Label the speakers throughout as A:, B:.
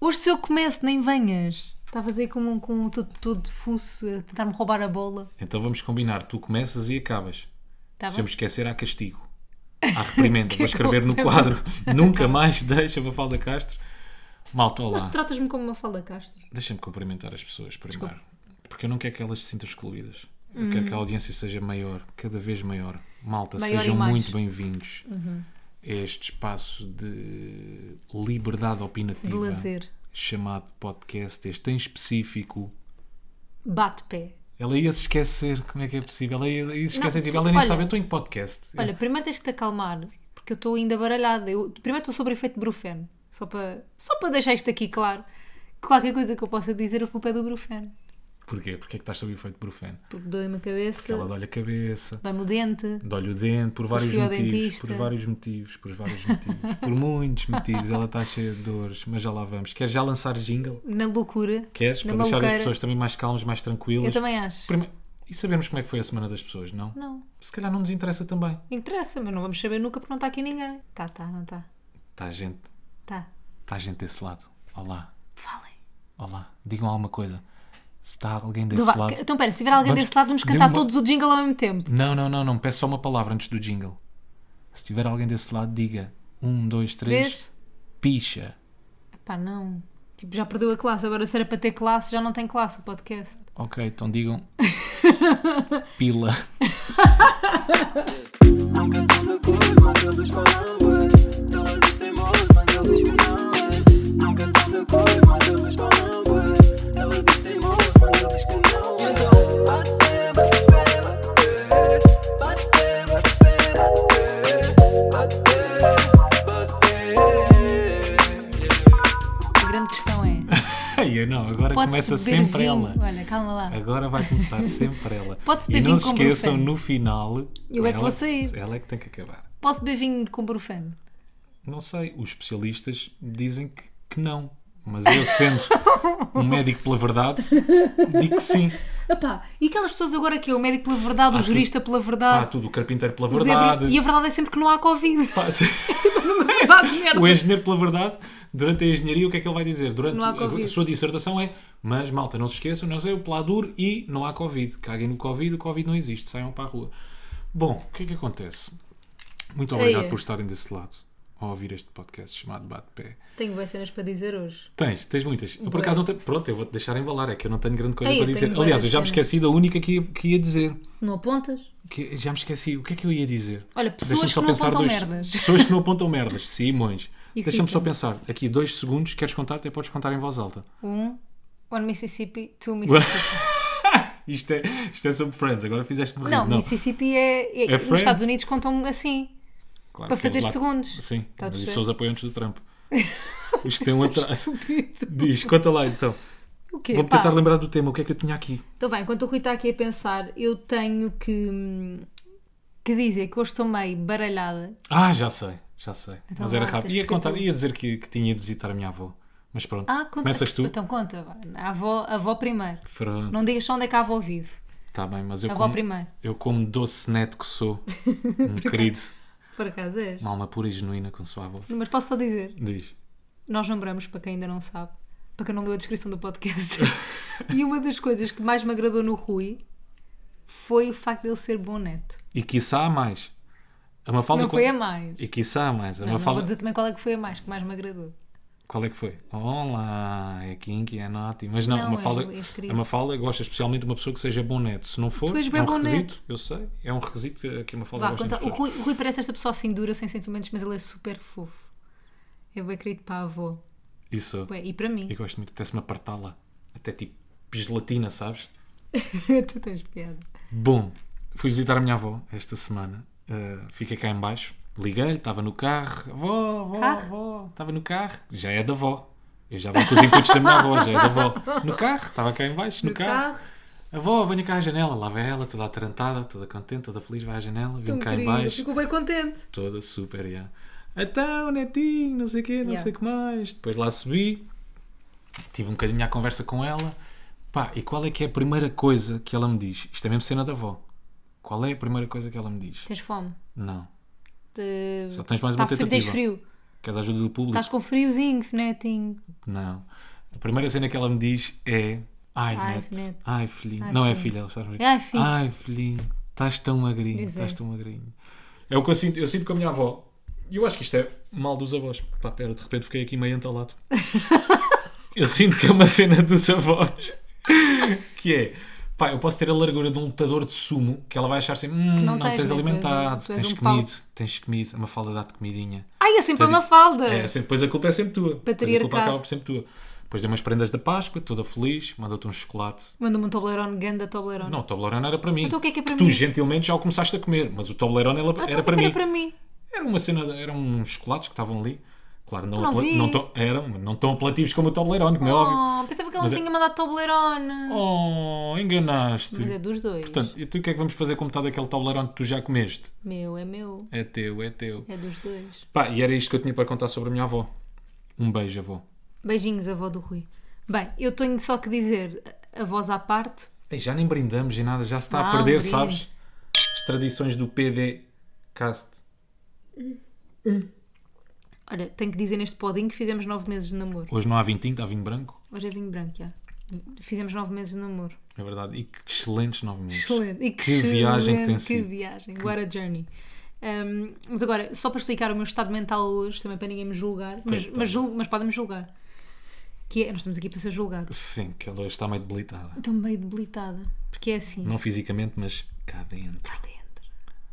A: Hoje se eu começo, nem venhas. Estavas aí com, um- com um todo, todo fuço a tentar-me roubar a bola.
B: Então vamos combinar, tu começas e acabas.
A: Tá
B: Se
A: bem.
B: eu me esquecer, há castigo. Há reprimenda. Vou escrever no
A: Tá
B: quadro. Nunca mais deixa Mafalda Castro. Malta,
A: Mas
B: olá.
A: tu tratas-me como uma falda Castro.
B: Deixa-me cumprimentar as pessoas primeiro. Porque eu não quero que elas se sintam excluídas. Eu quero que a audiência seja maior, cada vez maior. Malta,
A: Hum. Maior Uhum. e
B: sejam
A: mais.
B: muito bem-vindos a este espaço de liberdade
A: De
B: opinativa.
A: lazer.
B: Chamado podcast, este em específico.
A: Bate pé.
B: Ela ia se esquecer, como é que é possível? Ela ia, ia se esquecer,
A: Não,
B: tipo,
A: tu-
B: ela nem
A: olha-
B: sabe, eu estou em podcast.
A: Olha, primeiro tens de te acalmar, porque eu estou ainda baralhada. Eu, primeiro estou sobre efeito Brufen. Só para só para deixar isto aqui claro. Que qualquer coisa que eu possa dizer, a culpa é do Brufen.
B: Porquê? Porque é que estás sob o efeito de Brufen?
A: Porque dói-me a cabeça,
B: Ela dói a cabeça,
A: dói-me o dente.
B: dói o dente, por vários
A: fui ao
B: motivos.
A: dentista.
B: Por vários motivos, por vários motivos. por muitos motivos, ela está cheia de dores, mas já lá vamos. Queres já lançar jingle?
A: Na loucura.
B: Queres?
A: Na
B: Para deixar as
A: maluqueira.
B: pessoas também mais calmas, mais
A: Eu
B: tranquilas.
A: também acho.
B: Prime- E sabemos como é que foi a semana das pessoas, não?
A: Não.
B: Se calhar não nos interessa também.
A: Interessa, mas não vamos saber nunca porque não está aqui ninguém. Tá, tá, não tá.
B: Está gente,
A: Tá.
B: está gente desse lado. Olá,
A: Falem.
B: olá, digam alguma coisa. Se está alguém desse
A: Então, vá,
B: lado.
A: que- Então, pera, se tiver alguém
B: Vamos-
A: desse lado, vamos
B: dê
A: cantar
B: uma-
A: todos o jingle ao mesmo tempo.
B: Não, não, não, não. Peço só uma palavra antes do jingle. Se tiver alguém desse lado, diga. Um, dois, três.
A: Três.
B: Picha.
A: Pá, não. Tipo, já perdeu a classe. Agora, se era para ter classe, já não tem classe o podcast.
B: Ok, então digam. Pila.
C: Não cantas na cor, mas eles falam ué. Elas dizem moço, mas eles que não é. Não cantas na cor, mas eles falam ué. Elas dizem moço, mas eles que não é. Então, bate, bate, bate, bate, bate, bate, bate, bate, bate.
A: A grande questão é.
B: Ai, eu não, agora
A: Pode-se
B: começa
A: beber
B: sempre
A: vinho.
B: ela. É.
A: Olha, calma lá.
B: Agora vai começar sempre ela.
A: Pode-se
B: e
A: beber
B: não
A: vinho
B: se
A: com
B: esqueçam,
A: Brufen.
B: no final.
A: Eu é que
B: ela-
A: vou sair.
B: Ela é que tem que acabar.
A: Posso beber vinho com brufano?
B: Não sei, os especialistas dizem que, que não. Mas eu, sendo um médico pela verdade, digo que sim.
A: Epá, e aquelas pessoas agora que é o médico pela verdade, o
B: Ah, tu-
A: jurista pela
B: Há
A: verdade,
B: tudo, o carpinteiro pela
A: o zebra-
B: verdade.
A: E a verdade é sempre que não há Covid.
B: Pá, se-
A: É sempre uma verdade de merda.
B: O engenheiro, pela verdade, durante a engenharia, o que é que ele vai dizer? Durante
A: Não há
B: a,
A: Covid.
B: a sua dissertação é: Mas malta, não se esqueçam, nós é o Pladur e não há Covid. Caguem no Covid, o Covid não existe, saiam para a rua. Bom, o que é que acontece? Muito obrigado
A: Eia.
B: por estarem desse lado a ouvir este podcast chamado Bate-Pé.
A: Tenho boas cenas para dizer hoje.
B: Tens, tens muitas. Eu por
A: Bué.
B: acaso não tenho. Pronto, eu vou-te deixar embalar, é que eu não tenho grande coisa
A: Ei, eu
B: para
A: tenho
B: dizer.
A: bué
B: Aliás,
A: de
B: eu já me
A: cenas.
B: esqueci da única que ia, que ia dizer.
A: Não apontas?
B: Que- já me esqueci. O que é que eu ia dizer?
A: Olha, pessoas
B: Deixa-me
A: que não apontam
B: dois-
A: merdas.
B: Pessoas que não apontam merdas, Simões.
A: E que
B: Deixa-me só
A: ficam.
B: pensar. Aqui, dois segundos, queres contar? Até podes contar em voz alta.
A: Um, one Mississippi, two Mississippi.
B: Isto é, isto é sobre Friends, agora fizeste-me rir.
A: Não, Mississippi é. é-
B: É
A: nos
B: Friends.
A: Estados Unidos contam assim.
B: Claro
A: para
B: que eles
A: fazer segundos.
B: Sim,
A: a
B: mas isso
A: perceber? é
B: são os apoiantes do Trump. Os que têm um atraso.
A: Estúpido.
B: Diz, conta lá então.
A: O quê?
B: Vou-me
A: Pá,
B: tentar lembrar do tema, o que é que eu tinha aqui?
A: Então bem, enquanto o Rui está aqui a pensar, eu tenho que, hum, que dizer que hoje estou meio baralhada.
B: Ah, já sei, já sei.
A: Então
B: mas era
A: vá,
B: rápido.
A: tens
B: Ia,
A: que ser
B: contar,
A: tu.
B: ia dizer que, que tinha ido visitar a minha avó. Mas pronto,
A: Ah, conta.
B: começas tu.
A: Então conta, vá. a avó, a avó primeiro.
B: Pronto.
A: Não digas só onde é que a avó vive.
B: Tá bem, mas eu
A: A avó
B: como,
A: primeiro.
B: eu como doce neto que sou, um querido,
A: Por acaso és?
B: uma alma pura e genuína com sua avó.
A: Mas posso só dizer,
B: Diz.
A: nós nombramos, para quem ainda não sabe, para quem não leu a descrição do podcast. e uma das coisas que mais me agradou no Rui foi o facto dele ser bom neto.
B: E quiçá há mais. A Mafalda
A: Não foi a mais.
B: E quiçá há mais. A
A: Não, não
B: Mafalda...
A: vou dizer também qual é que foi a mais, que mais me agradou.
B: Qual é que foi? Olá, é Kinky, é Nati. Mas não,
A: Não,
B: a, Mafalda,
A: é- é querido.
B: a Mafalda gosta especialmente de uma pessoa que seja bom neto. Se não for,
A: Tu és bem
B: é um
A: bom
B: requisito,
A: neto.
B: eu sei. É um requisito que- que a Mafalda
A: Vá,
B: gosta
A: conta-
B: de
A: o, Rui, o Rui parece esta pessoa assim dura, sem sentimentos, mas ele é super fofo. É bem querido para a avó.
B: Isso.
A: Ué, e para mim?
B: Eu gosto muito, apetece-me apertá-la. Até tipo gelatina, sabes?
A: tu tens piada.
B: Bom, fui visitar a minha avó esta semana. Uh, fiquei cá em baixo. Liguei-lhe, estava no carro. Vó, vó,
A: Carro?
B: vó. Estava no carro. Já é da avó. Eu já vou com os inputs da minha avó, já é da avó. No carro, estava cá em baixo, no,
A: No
B: carro.
A: carro.
B: Avó, venha cá à janela. Lá vai ela, toda atarantada, toda contente, toda feliz. Vai à janela, vem
A: Tão
B: cá em
A: querido,
B: baixo.
A: Ficou bem contente.
B: Toda super, já. Então, netinho, não sei o quê, não
A: Yeah.
B: sei o que mais. Depois lá subi, tive um bocadinho à conversa com ela. Pá, e qual é que é a primeira coisa que ela me diz? Isto é mesmo cena da avó. Qual é a primeira coisa que ela me diz?
A: Tens fome?
B: Não.
A: De...
B: Só tens mais
A: Tá
B: uma
A: frio, tens
B: tentativa.
A: frio.
B: Queres a ajuda do público?
A: Estás com friozinho, finetinho.
B: Não. A primeira cena que ela me diz é. Ai,
A: Ai,
B: neto.
A: neto.
B: Ai, filhinho.
A: Ai,
B: não é
A: filhinho.
B: filha, ela está a ver.
A: Ai, filho.
B: Ai, filhinho. Estás tão magrinho.
A: Pois é.
B: Estás tão magrinho. É o que eu sinto. Eu sinto com a minha avó. E eu acho que isto é mal dos avós. Pá, pera, de repente fiquei aqui meio entalado. eu sinto que é uma cena dos avós. que é. Pá, eu posso ter a largura de um lutador de sumo que ela vai achar assim: hum,
A: não
B: não,
A: tens,
B: tens,
A: né? Tu és um-
B: alimentado,
A: tu és
B: tens
A: um pau."
B: comido, tens comido. É Uma falda dá-te comidinha.
A: Ai, é sempre a
B: Tadinho.
A: Mafalda!
B: É, sempre, depois a culpa é sempre tua. Depois a culpa
A: Ah. Patriarcado.
B: acaba por sempre tua. Depois deu umas prendas da Páscoa, toda feliz, mandou-te um chocolate.
A: Manda-me um Toblerone, ganda Toblerone.
B: Não, o Toblerone era para mim.
A: Então o que é que é para
B: tu
A: mim?
B: gentilmente já o começaste a comer, mas o Toblerone
A: Ah,
B: ela-
A: então
B: era
A: o que é
B: para
A: que
B: mim.
A: era para mim.
B: Era uma cena, de- eram uns chocolates que estavam ali. Claro, não,
A: Não
B: apela-
A: vi.
B: não tão, eram, não tão apelativos como o Toblerone, como é óbvio.
A: Oh, pensava que ela
B: Mas
A: não
B: é-
A: tinha mandado Toblerone.
B: Oh, enganaste.
A: Mas é dos dois.
B: Portanto, e tu o que é que vamos fazer com metade daquele Toblerone que tu já comeste?
A: Meu, é meu.
B: É teu, é teu.
A: É dos dois.
B: Pá, e era isto que eu tinha para contar sobre a minha avó. Um beijo, avó.
A: Beijinhos, avó do Rui. Bem, eu tenho só que dizer, a voz à parte,
B: Ei, já nem brindamos e nada, já se está
A: Ah,
B: a
A: um
B: perder,
A: brinde.
B: sabes? As tradições do PDcast.
A: olha, tenho que dizer neste podinho que fizemos nove meses de namoro.
B: Hoje não há vinho tinto, há vinho branco,
A: Hoje é vinho branco, já. Fizemos nove meses de namoro.
B: é verdade. E que excelentes nove meses.
A: Excelente. E que,
B: Que viagem que tem
A: excelente, Que
B: sido.
A: viagem. What a journey. Um, mas agora, só para explicar o meu estado mental hoje, também para ninguém me julgar, mas,
B: Coitado.
A: mas, julgo- mas podem-me julgar. Que é, nós estamos aqui para ser julgados.
B: Sim, que ela hoje está meio debilitada.
A: Estou meio debilitada. Porque é assim.
B: Não fisicamente, mas cá dentro.
A: Cá dentro.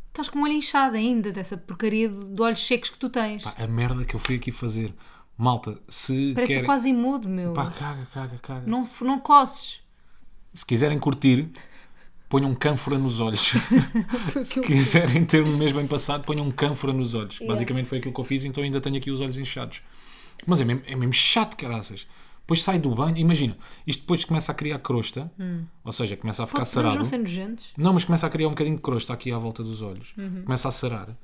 A: Estás com o olho inchado ainda dessa porcaria de, de olhos secos que tu tens.
B: Pá, Ah, a merda que eu fui aqui fazer. Malta, se
A: Parece
B: querem...
A: quase imudo, meu.
B: Pá, caga, caga, caga.
A: Não, f- não coces.
B: Se quiserem curtir, ponham um cânfora nos olhos.
A: Foi o que
B: se
A: eu-
B: quiserem ter um mês bem passado, ponham um cânfora nos olhos.
A: Yeah.
B: Basicamente foi aquilo que eu fiz, então ainda tenho aqui os olhos inchados. Mas é mesmo, é mesmo chato, caraças. Depois sai do banho, imagina, isto depois começa a criar crosta, ou seja, começa a ficar
A: Pode- Hum. Podemos
B: sarado.
A: não ser nojentos?
B: Não, mas começa a criar um bocadinho de crosta aqui à volta dos olhos.
A: Uhum.
B: Começa a sarar.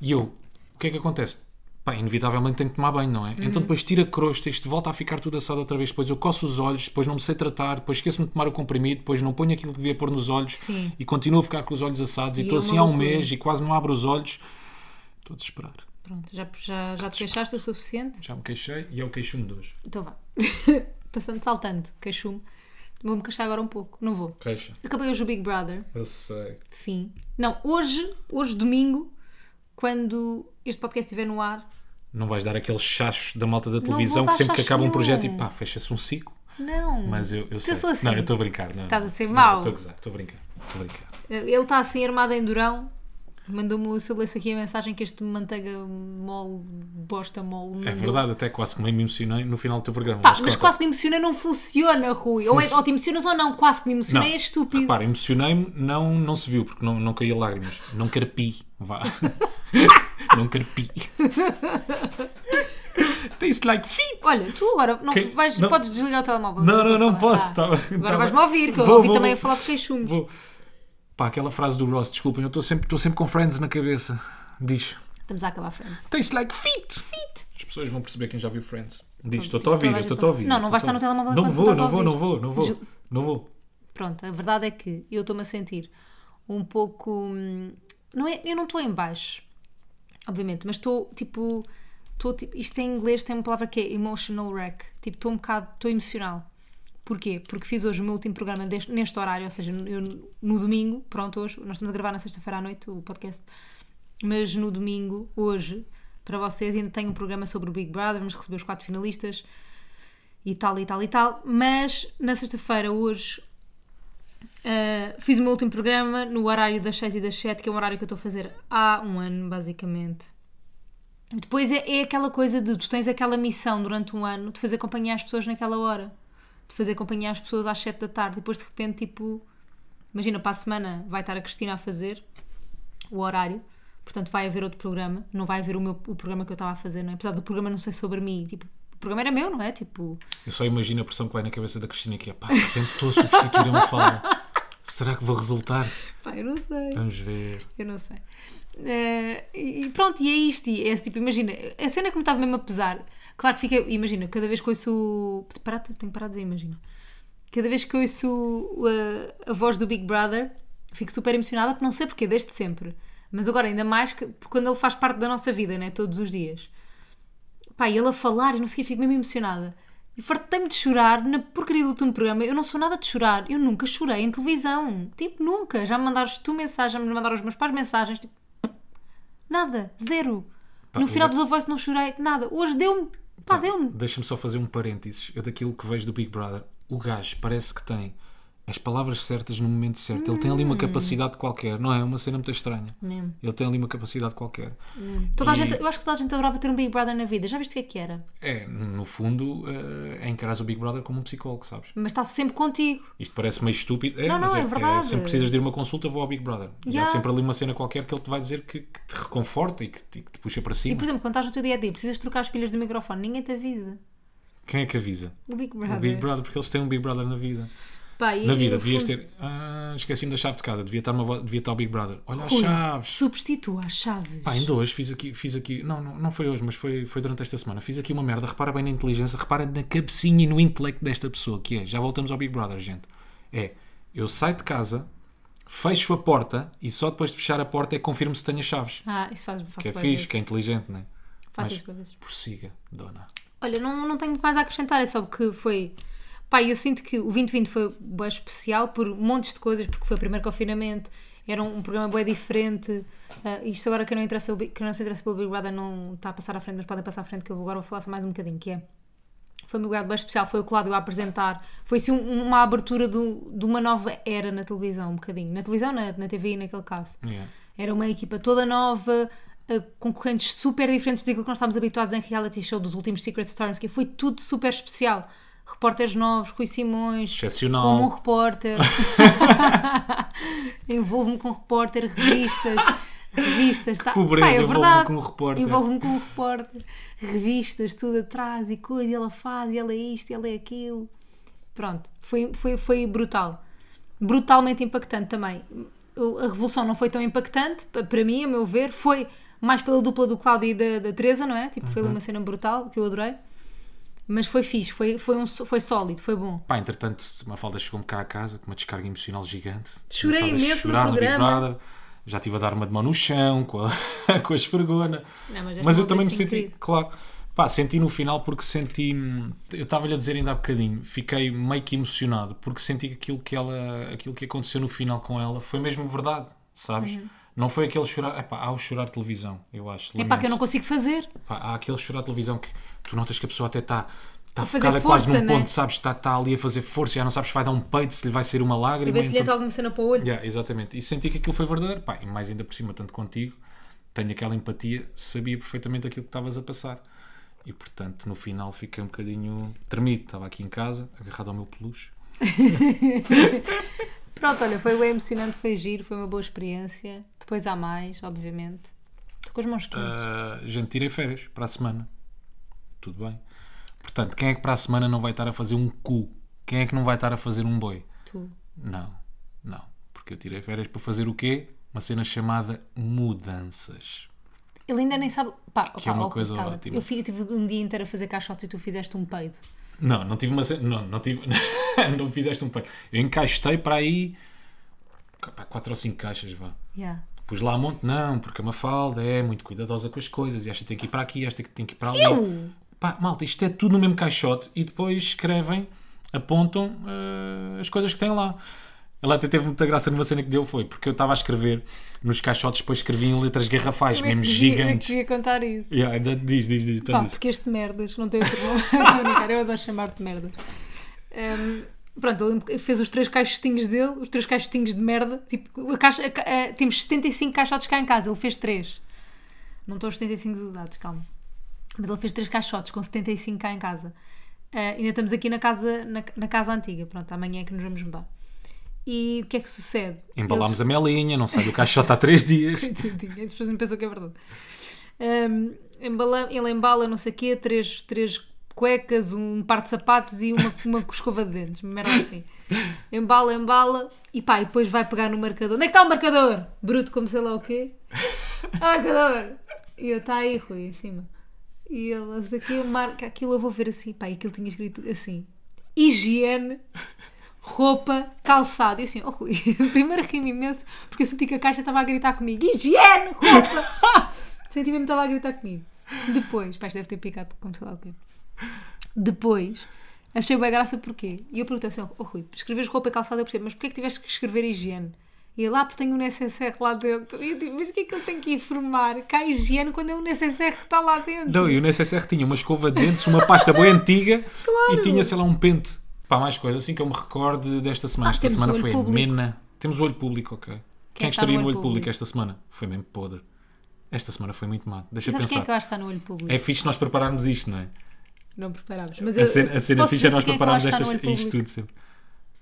B: E eu, o que é que acontece? Pá, inevitavelmente tenho que tomar banho, não é?
A: Uhum.
B: Então depois tira a crosta, isto volta a ficar tudo assado outra vez. Depois eu coço os olhos, depois não me sei tratar, depois esqueço-me de tomar o comprimido, depois não ponho aquilo que devia pôr nos olhos
A: Sim.
B: e continuo a ficar com os olhos assados. E
A: E
B: estou
A: é
B: assim
A: uma
B: há um
A: loucura.
B: mês e quase não abro os olhos. Estou a desesperar.
A: Pronto, já, já, já te queixaste o suficiente?
B: Já me queixei e é o queixume de hoje.
A: Então vá. Passando, saltando, queixume. Vou-me queixar agora um pouco. Não vou.
B: Queixa.
A: Acabei hoje o Big Brother.
B: Eu sei.
A: Fim. Não, hoje, hoje domingo, quando este podcast estiver no ar.
B: Não vais dar aquele chacho da malta da
A: vou
B: televisão
A: dar
B: que sempre que
A: chacho
B: acaba um
A: nenhum.
B: projeto e pá, fecha-se um ciclo.
A: Não.
B: Mas eu, eu
A: Mas eu
B: sei.
A: sou assim.
B: Não, eu estou a brincar. não,
A: Estás assim a ser
B: não,
A: mau.
B: Estou a gozar, estou a brincar. Estou a brincar.
A: Ele está assim armado em durão. Mandou-me o seu lenço aqui a mensagem que este manteiga mole, bosta mole.
B: É
A: mandou.
B: verdade, até quase que meio me emocionei no final do teu programa.
A: Pá, mas
B: conta.
A: quase que me emociona não funciona, Rui. Ou, é,
B: Funci-
A: ou te emocionas ou não, quase que me
B: Não,
A: emociona é estúpido.
B: Repara, emocionei-me, não, não se viu, porque não, não caía lágrimas. Não carpi, vá. não carpi. Taste like feet.
A: Olha, tu agora não,
B: Que-
A: vais,
B: não.
A: podes desligar o telemóvel.
B: Não,
A: eu estou
B: não,
A: a
B: não
A: falar.
B: posso,
A: Ah,
B: tá bem,
A: agora
B: tá
A: vais-me
B: bem.
A: ouvir, que eu
B: Vou,
A: ouvi
B: vou,
A: também
B: vou.
A: a falar é de queixumes.
B: Vou. Pá, aquela frase do Ross, desculpem, eu estou sempre, estou sempre com friends na cabeça. Diz:
A: Estamos a acabar, Friends.
B: Taste like feet. As pessoas vão perceber quem já viu Friends. Diz:
A: Então,
B: Estou a ouvir,
A: toda a
B: eu estou
A: gente-
B: a ouvir.
A: Não, não
B: estou-te
A: vais
B: a
A: estar no
B: ouvir."
A: telemóvel
B: Não
A: enquanto
B: vou,
A: estás a
B: não vou,
A: ouvir.
B: não vou, não
A: Ju-
B: vou. Não vou.
A: Pronto, a verdade é que eu estou-me a sentir um pouco. hum, Não é, eu não estou em baixo, obviamente, mas estou tipo. Estou, tipo isto em inglês tem uma palavra que é emotional wreck. Tipo, estou um bocado. Estou emocional. Porquê? Porque fiz hoje o meu último programa deste- neste horário, ou seja, eu, no domingo, pronto, hoje, nós estamos a gravar na sexta-feira à noite o podcast, mas no domingo, hoje, para vocês, ainda tenho um programa sobre o Big Brother, vamos receber os quatro finalistas e tal e tal e tal, mas na sexta-feira, hoje, Uh, fiz o meu último programa no horário das 6 e das 7, que é um horário que eu estou a fazer há um ano, basicamente. Depois é, é aquela coisa de tu tens aquela missão durante um ano de fazer acompanhar as pessoas naquela hora, de fazer acompanhar as pessoas às 7 da tarde, depois de repente, tipo, imagina, para a semana vai estar a Cristina a fazer o horário. Portanto, vai haver outro programa, não vai haver o, meu, o programa que eu estava a fazer, não é? Apesar do programa não ser sobre mim, tipo, o programa era meu, não é? Tipo,
B: Eu só imagino a pressão que vai na cabeça da Cristina que é pá, de repente estou a substituir uma fala. Será que vou resultar?
A: pá, eu não sei.
B: Vamos ver.
A: Eu não sei. Eh, e e pronto, e é isto. E é esse tipo, imagina, a cena que me estava mesmo a pesar. Claro que fica, imagina, cada vez que ouço. o- Parar, tenho que parar de dizer, imagina. Cada vez que ouço o- a, a voz do Big Brother, fico super emocionada, porque não sei porquê, desde sempre. Mas agora, ainda mais que, porque quando ele faz parte da nossa vida, né? Todos os dias. pá, e ele a falar e não sei o que, fico mesmo emocionada. E fartei-me de chorar na porcaria do último programa. Eu não sou nada de chorar. Eu nunca chorei em televisão. Tipo, nunca. Já me mandaste tu mensagem, já me mandaram os meus pais mensagens. Tipo, nada. Zero.
B: Pá,
A: no
B: eu-
A: final do The Voice não chorei. Nada. Hoje deu-me. Pá, deu-me.
B: Deixa-me só fazer um parênteses. Eu daquilo que vejo do Big Brother, o gajo parece que tem as palavras certas no momento certo. Ele tem ali uma capacidade qualquer, não é? É Uma cena muito estranha.
A: Hum. Mesmo.
B: Ele tem ali uma capacidade qualquer.
A: Toda a
B: E-
A: gente, eu acho que toda a gente adorava ter um Big Brother na vida. Já viste o que é que era?
B: É, no fundo, eh, é encarar o Big Brother como um psicólogo, sabes?
A: Mas está sempre contigo.
B: Isto parece meio estúpido. É,
A: Não, não,
B: mas
A: é verdade.
B: sempre precisas de uma consulta, vou ao Big Brother. E há
A: Yeah.
B: sempre ali uma cena qualquer que ele te vai dizer que, que te reconforta e que, te- que te puxa para
A: E,
B: cima.
A: por exemplo, quando estás no teu dia a dia, precisas trocar as pilhas do microfone. Ninguém te avisa.
B: Quem é que avisa?
A: O Big
B: O
A: Brother.
B: Big Brother, porque eles têm um Big Brother na vida.
A: Pá, Ah, e-
B: Na
A: e,
B: vida,
A: no
B: devias
A: fundo,
B: ter. Ah, esqueci-me da chave de casa, devia estar, uma vo- devia estar o Big Brother. Olha as
A: Rui,
B: chaves.
A: Substitua as chaves.
B: Pá, ainda hoje fiz aqui, fiz aqui não, não, não foi hoje, mas foi, foi durante esta semana. Fiz aqui uma merda, repara bem na inteligência, repara na cabecinha e no intelecto desta pessoa, que é, já voltamos ao Big Brother, gente. É, eu saio de casa, fecho a porta e só depois de fechar a porta é que confirmo se tenho as chaves.
A: Ah, isso faz, faço
B: Que é
A: bué
B: fixe,
A: vezes.
B: que é inteligente, não é?
A: Faço
B: Mas-
A: isso bué vezes.
B: Prossiga, dona.
A: Olha, não, não tenho muito mais a acrescentar, é só que foi. Pá, eu sinto que o 2020 foi bem especial por montes de coisas, porque foi o primeiro confinamento, era um, um programa bem diferente. Ah, isto agora que não, interessa, o Big- que não se interessa pelo Big Brother não está a passar à frente, mas podem passar à frente, que eu agora vou falar só mais um bocadinho, que é. Foi um lugar bem especial, foi o Cláudio a apresentar. Foi assim um- uma abertura do- de uma nova era na televisão, um bocadinho. Na televisão, na, na TV e naquele caso.
B: Yeah.
A: Era uma equipa toda nova, eh, concorrentes super diferentes daquilo que nós estávamos habituados em reality show dos últimos Secret Stories, que foi tudo super especial. Repórteres novos, Rui Simões,
B: Excepcional.
A: como um repórter. Envolvo-me com um repórter, revistas, revistas. tá-
B: pobreza,
A: Pá, é
B: envolvo-me
A: verdade.
B: com um repórter.
A: Envolvo-me com um repórter, revistas, tudo atrás e coisa, e ela faz, e ela é isto, e ela é aquilo. Pronto, foi, foi, foi brutal. Brutalmente impactante também. Eu- A revolução não foi tão impactante, pa- para mim, a meu ver, foi mais pela dupla do Cláudio e da, da Teresa, não é? Tipo, foi
B: Uhum.
A: ali uma cena brutal, que eu adorei. Mas foi fixe, foi, foi, um, so- foi sólido, foi bom.
B: Pá, entretanto, uma falda chegou-me cá a casa com uma descarga emocional gigante.
A: Chorei
B: Eu estava a
A: imenso no
B: chorar Big
A: programa.
B: Brother. Já estive a dar uma de mão no chão, com a, com a esfregona.
A: Não, mas
B: mas
A: esta
B: eu
A: foi
B: também me
A: assim,
B: senti,
A: querido.
B: claro. Pá, senti no final porque senti. Eu estava-lhe a dizer ainda há bocadinho, fiquei meio que emocionado porque senti que aquilo que, ela, aquilo que aconteceu no final com ela foi mesmo verdade, sabes?
A: Uhum.
B: Não foi aquele chorar. Epá, há o chorar televisão, eu acho.
A: É pá, que eu
B: lamento.
A: não consigo fazer.
B: Pá, há aquele chorar à televisão que tu notas que a pessoa até está tá
A: fazer
B: focada
A: força,
B: quase num
A: né?
B: ponto, sabes? Está tá ali a fazer força, já não sabes se vai dar um peito, se lhe vai sair uma
A: E
B: lágrima.
A: ver se lhe entra
B: então-
A: alguma cena para o olho.
B: Yeah, exatamente. E senti que aquilo foi verdadeiro. Pá, e mais ainda por cima, tanto contigo, tenho aquela empatia, sabia perfeitamente aquilo que estavas a passar. E portanto, no final, fiquei um bocadinho tremido. Estava aqui em casa, agarrado ao meu peluche.
A: Pronto, olha, foi bem emocionante, foi giro, foi uma boa experiência. Depois há mais, obviamente. Estou com as mãos quentes.
B: Ah, gente, tirei férias para a semana. Tudo bem. Portanto, quem é que para a semana não vai estar a fazer um cu? Quem é que não vai estar a fazer um boi?
A: Tu.
B: Não, não. Porque eu tirei férias para fazer o quê? Uma cena chamada mudanças.
A: Ele ainda nem sabe. Pá,
B: Que é
A: opá,
B: uma
A: ó,
B: coisa
A: cala-te.
B: ótima.
A: Eu, fi- eu tive um dia inteiro a fazer caixotes e tu fizeste um peido.
B: Não, não tive uma cena. Não, não tive. não fizeste um peito. Eu encaixei para aí. pá, quatro ou cinco caixas, vá.
A: Yeah.
B: Pus lá um monte, não, porque a Mafalda é muito cuidadosa com as coisas e esta tem que ir para aqui, esta que tem que ir para ali.
A: Eu?
B: Pá, malta, isto é tudo no mesmo caixote e depois escrevem, apontam eh, as coisas que têm lá. Ela até teve muita graça numa cena que deu foi, porque eu estava a escrever nos caixotes, depois escrevi em letras garrafais,
A: Eu é
B: mesmo
A: que devia-
B: gigantes.
A: Eu é que devia contar isso.
B: Yeah, ainda- diz, diz, diz. então
A: Pá,
B: diz.
A: porque este merdas, não tem outro nome. Estou a brincar, eu adoro chamar-te merdas. Hum, pronto, ele fez os três caixotinhos dele, os três caixotinhos de merda. Tipo, a caixa, a ca- a- temos 75 caixotes cá em casa, ele fez três. Não estou aos 75 usados, calma. Mas ele fez três caixotes com 75 cá em casa. Ah, ainda estamos aqui na casa, na, na casa antiga. Pronto, amanhã é que nos vamos mudar. E o que é que sucede? Eles-
B: Embalámos a melinha, não sai do caixote há três dias.
A: Coitadinho, as pessoas não pensam que é verdade. Ahm, embala- ele embala não sei o quê, três, três cuecas, um par de sapatos e uma, uma escova de dentes, uma merda assim. Embala, embala e pá, e depois vai pegar no marcador. Onde é que está o marcador? Bruto, como sei lá o quê. Ah, marcador! E eu, está aí, Rui, em cima. E ele, "Esse daqui marca aquilo, eu vou ver assim, pá, e aquilo tinha escrito assim: higiene roupa, calçado. E eu assim, oh Rui, primeiro ri-me imenso porque eu senti que a caixa estava a gritar comigo: higiene, roupa! senti mesmo que estava a gritar comigo. Depois, pá, isto deve ter picado como sei lá o quê. Depois, achei bem graça porquê. E eu perguntei assim, oh Rui, escreves roupa e calçada, eu percebo, mas porquê é que tiveste que escrever higiene? E ele, ah, porque tenho um necessaire lá dentro. E eu digo, mas o que é que ele tem que informar? Cá higiene quando é um necessaire que está lá dentro.
B: Não, e o necessaire é tinha uma escova de dentes, uma pasta bem antiga
A: Claro.
B: e tinha, sei lá, um pente. Pá, mais coisa, assim que eu me recordo desta semana.
A: Ah,
B: esta
A: temos
B: semana
A: o olho
B: foi
A: público.
B: mena. Temos o olho público, ok.
A: está
B: Quem, é que
A: no
B: estaria no
A: olho
B: olho público?
A: público?
B: esta semana? Foi mesmo podre. Esta semana foi muito má. Deixa
A: Sabes quem é
B: pensar.
A: que lá está no olho público?
B: É fixe nós prepararmos isto, não é?
A: Não preparámos. Mas
B: A cena, a cena
A: posso
B: fixe é
A: dizer
B: nós
A: quem que
B: prepararmos
A: lá está no
B: estas,
A: olho
B: isto
A: público?
B: tudo sempre.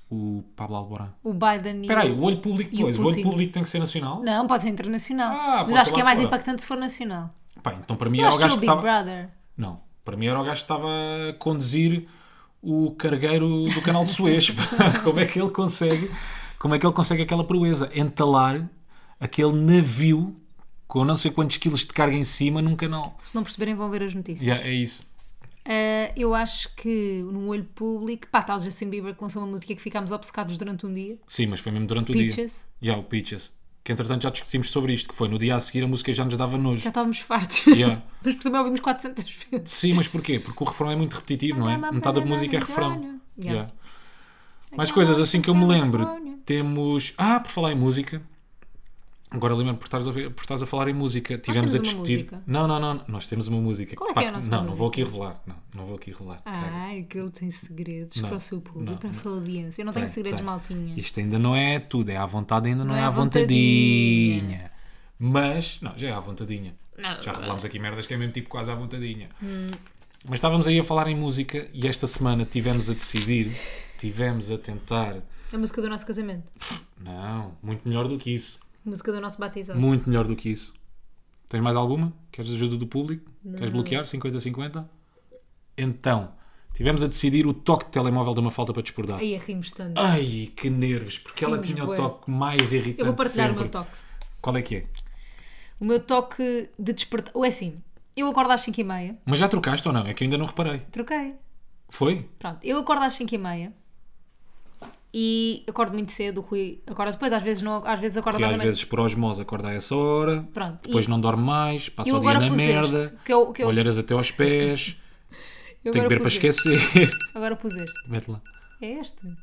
B: O Pablo Alborán.
A: O Biden e
B: Espera aí,
A: o-
B: o olho público,
A: e o
B: pois. O olho
A: Putin.
B: público tem que ser nacional?
A: Não, pode ser internacional.
B: Ah, pode
A: mas
B: ser
A: acho que
B: lá
A: é mais
B: fora.
A: impactante se for nacional.
B: Pá, então para mim
A: Eu
B: era o
A: acho que é
B: gajo
A: o
B: que
A: Big
B: estava.
A: Brother.
B: Não, para mim era o gajo que estava a conduzir o cargueiro do canal de Suez. pá. como é que ele consegue? Como é que ele consegue aquela proeza? Entalar aquele navio com não sei quantos quilos de carga em cima num canal.
A: Se não perceberem, vão ver as notícias.
B: Já, é isso.
A: Ah, eu acho que no olho público, pá, está o Justin Bieber que lançou uma música que ficámos obcecados durante um dia.
B: Sim, mas foi mesmo durante o Um dia.
A: Peaches.
B: Já, o Peaches. Que entretanto já discutimos sobre isto, que foi no dia a seguir a música já nos dava nojo.
A: Já estávamos fartos.
B: Yeah.
A: mas por também ouvimos 400 vezes.
B: Sim, mas porquê? Porque o refrão é muito repetitivo, não é? Metade da música é refrão.
A: Yeah. um
B: Já. Mais coisas assim que eu me lembro. Temos. Ah, por falar em música. Agora lembro-me por estares a, ver- por estares a falar em música.
A: temos
B: Tivemos a
A: uma
B: discutir.
A: música?
B: Não, não, não. Nós temos uma música.
A: Qual é que é a nossa
B: não, não
A: música? Ah,
B: vou aqui revelar. Não, não vou aqui revelar. Pera.
A: Ai, que ele tem segredos
B: É. Não,
A: para o seu público,
B: não,
A: para a
B: não.
A: sua audiência. Eu não tenho
B: Tem,
A: segredos,
B: tem.
A: maltinha.
B: Isto ainda não é tudo. É à vontade, ainda não,
A: Não
B: é
A: é
B: à
A: à
B: vontadinha.
A: vontadinha.
B: Mas. Não, já é à vontadinha.
A: Não.
B: já revelámos aqui merdas que é mesmo tipo quase à vontadinha.
A: Hum.
B: Mas estávamos aí a falar em música e esta semana tivemos a decidir. Tivemos a tentar.
A: A música do nosso casamento.
B: Não, muito melhor do que isso.
A: A música do nosso batizado.
B: Muito melhor do que isso. Tens mais alguma? Queres ajuda do público? Queres bloquear? 50-50? Então, tivemos a decidir o toque de telemóvel de uma falta para desbordar.
A: Aí é a rimos
B: Ah,
A: tanto.
B: Ai, que nervos, porque ela
A: Rimos
B: tinha o
A: bué.
B: toque mais irritante.
A: eu vou partilhar
B: sempre.
A: o meu toque.
B: Qual é que é?
A: O meu toque de despertar. Ou é assim, eu acordo às 5h30.
B: Mas já trocaste ou não? É que eu ainda não reparei.
A: Troquei.
B: Foi?
A: Pronto, eu acordo às 5h30 e acordo muito cedo. O Rui acorda depois, às vezes, não, às vezes acorda
B: Porque
A: mais
B: às
A: ou menos.
B: vezes por osmose acorda a essa hora,
A: Pronto,
B: depois
A: e-
B: não dorme mais, passa
A: eu
B: o dia
A: agora
B: na
A: pus
B: merda,
A: este, que eu- que eu-
B: olheiras até aos pés,
A: Eu
B: tem que
A: agora
B: beber para
A: pus este.
B: esquecer.
A: Agora pus este.
B: Mete lá.
A: É este?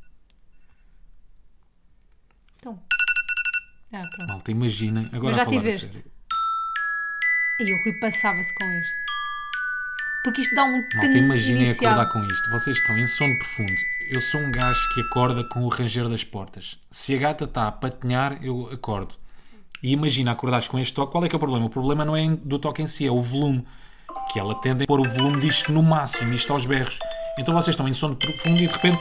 A: Então. Ah, pronto.
B: Malta, imagina. Agora
A: Mas
B: a
A: já
B: falar a
A: tiveste.
B: sério.
A: E o Rui passava-se com este. Porque isto dá um
B: Malta,
A: tanto
B: imaginem
A: inicial.
B: acordar com isto. Vocês estão em sono profundo. Eu sou um gajo que acorda com o ranger das portas. Se a gata está a patinhar, eu acordo. E imagina acordares com este toque. Qual é que é o problema? O problema não é em- do toque em si, é o volume. Que ela tende a pôr o volume disto no máximo, isto aos berros. Então vocês estão em sono profundo e de repente.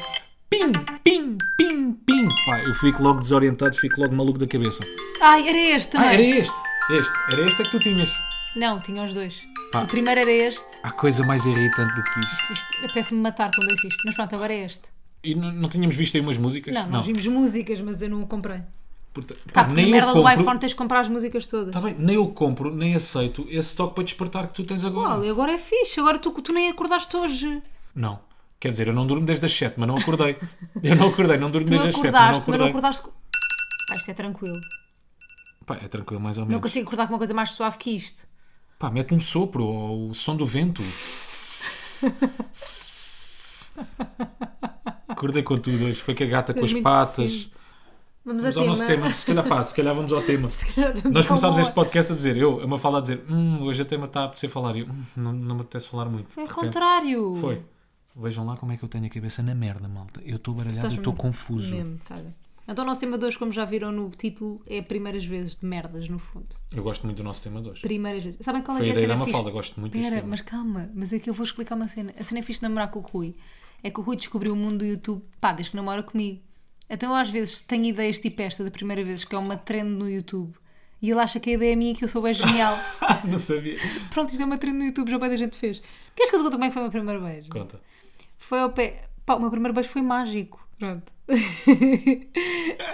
B: Pim, pim, pim, pim. Pá, eu fico logo desorientado, fico logo maluco da cabeça.
A: Ai, era este também.
B: Ah, era este. Este. Era este é que tu tinhas.
A: Não, tinha os dois.
B: Pá.
A: O primeiro era este.
B: Há coisa mais irritante do que isto.
A: Isto- Apetece-me matar quando ouço isto. Mas pronto, agora é este.
B: E não, não tínhamos visto aí umas músicas?
A: Não, nós vimos músicas, mas eu não o comprei.
B: Porta-
A: Pá,
B: pá,
A: Ah, porque
B: nem
A: merda
B: eu
A: do
B: compro,
A: iPhone tens de comprar as músicas todas.
B: Tá bem, nem eu compro, nem aceito esse toque para despertar que tu tens agora.
A: Olha, agora é fixe, agora tu, tu nem acordaste hoje.
B: Não. Quer dizer, eu não durmo desde as 7, mas não acordei. Eu não acordei, não durmo
A: Tu
B: desde as 7, mas não
A: acordaste, mas não
B: acordei.
A: acordaste. com- Pá, isto é tranquilo.
B: Pá, é tranquilo, mais ou
A: Não
B: menos.
A: consigo acordar com uma coisa mais suave que isto.
B: Pá, mete um sopro ou o som do vento. Acordei com tudo hoje. Foi com a gata com
A: Foi
B: as
A: muito
B: patas.
A: possível. Vamos,
B: Vamos
A: a
B: ao
A: tema.
B: nosso tema. Se calhar, pá, se calhar vamos ao tema. Nós começámos este podcast a dizer, eu, a Mafalda a dizer, hum, hoje o tema está a apetecer falar. E eu, hum, não, não me apetece falar muito.
A: Foi
B: De
A: ao
B: repente,
A: contrário.
B: Foi. Vejam lá como é que eu tenho a cabeça na merda, malta. Eu estou baralhado,
A: estás
B: eu estou
A: mesmo-
B: confuso.
A: Mesmo, cara. Então o nosso tema de hoje, como já viram no título, é primeiras vezes de merdas, no fundo.
B: Eu gosto muito do nosso tema de hoje.
A: Primeiras vezes. Sabem qual é
B: Foi a
A: que é a
B: ideia
A: cena
B: da
A: fixe?
B: Mafalda, gosto muito deste
A: Espera,
B: tema.
A: mas calma, mas é que eu vou explicar uma cena. A cena fixe de namorar com o Rui é que o Rui descobriu o mundo do YouTube, pá, desde que namora comigo. Então eu às vezes tenho ideias tipo esta da primeira vez, que é uma trend no YouTube, e ele acha que a ideia é minha e que eu sou é genial.
B: não sabia.
A: Pronto, isto é uma trend no YouTube, já bem da gente fez. Queres que eu te conte como é que foi o meu primeiro beijo?
B: Conta.
A: Foi ao pé. Pá, o meu primeiro beijo foi mágico. Pronto.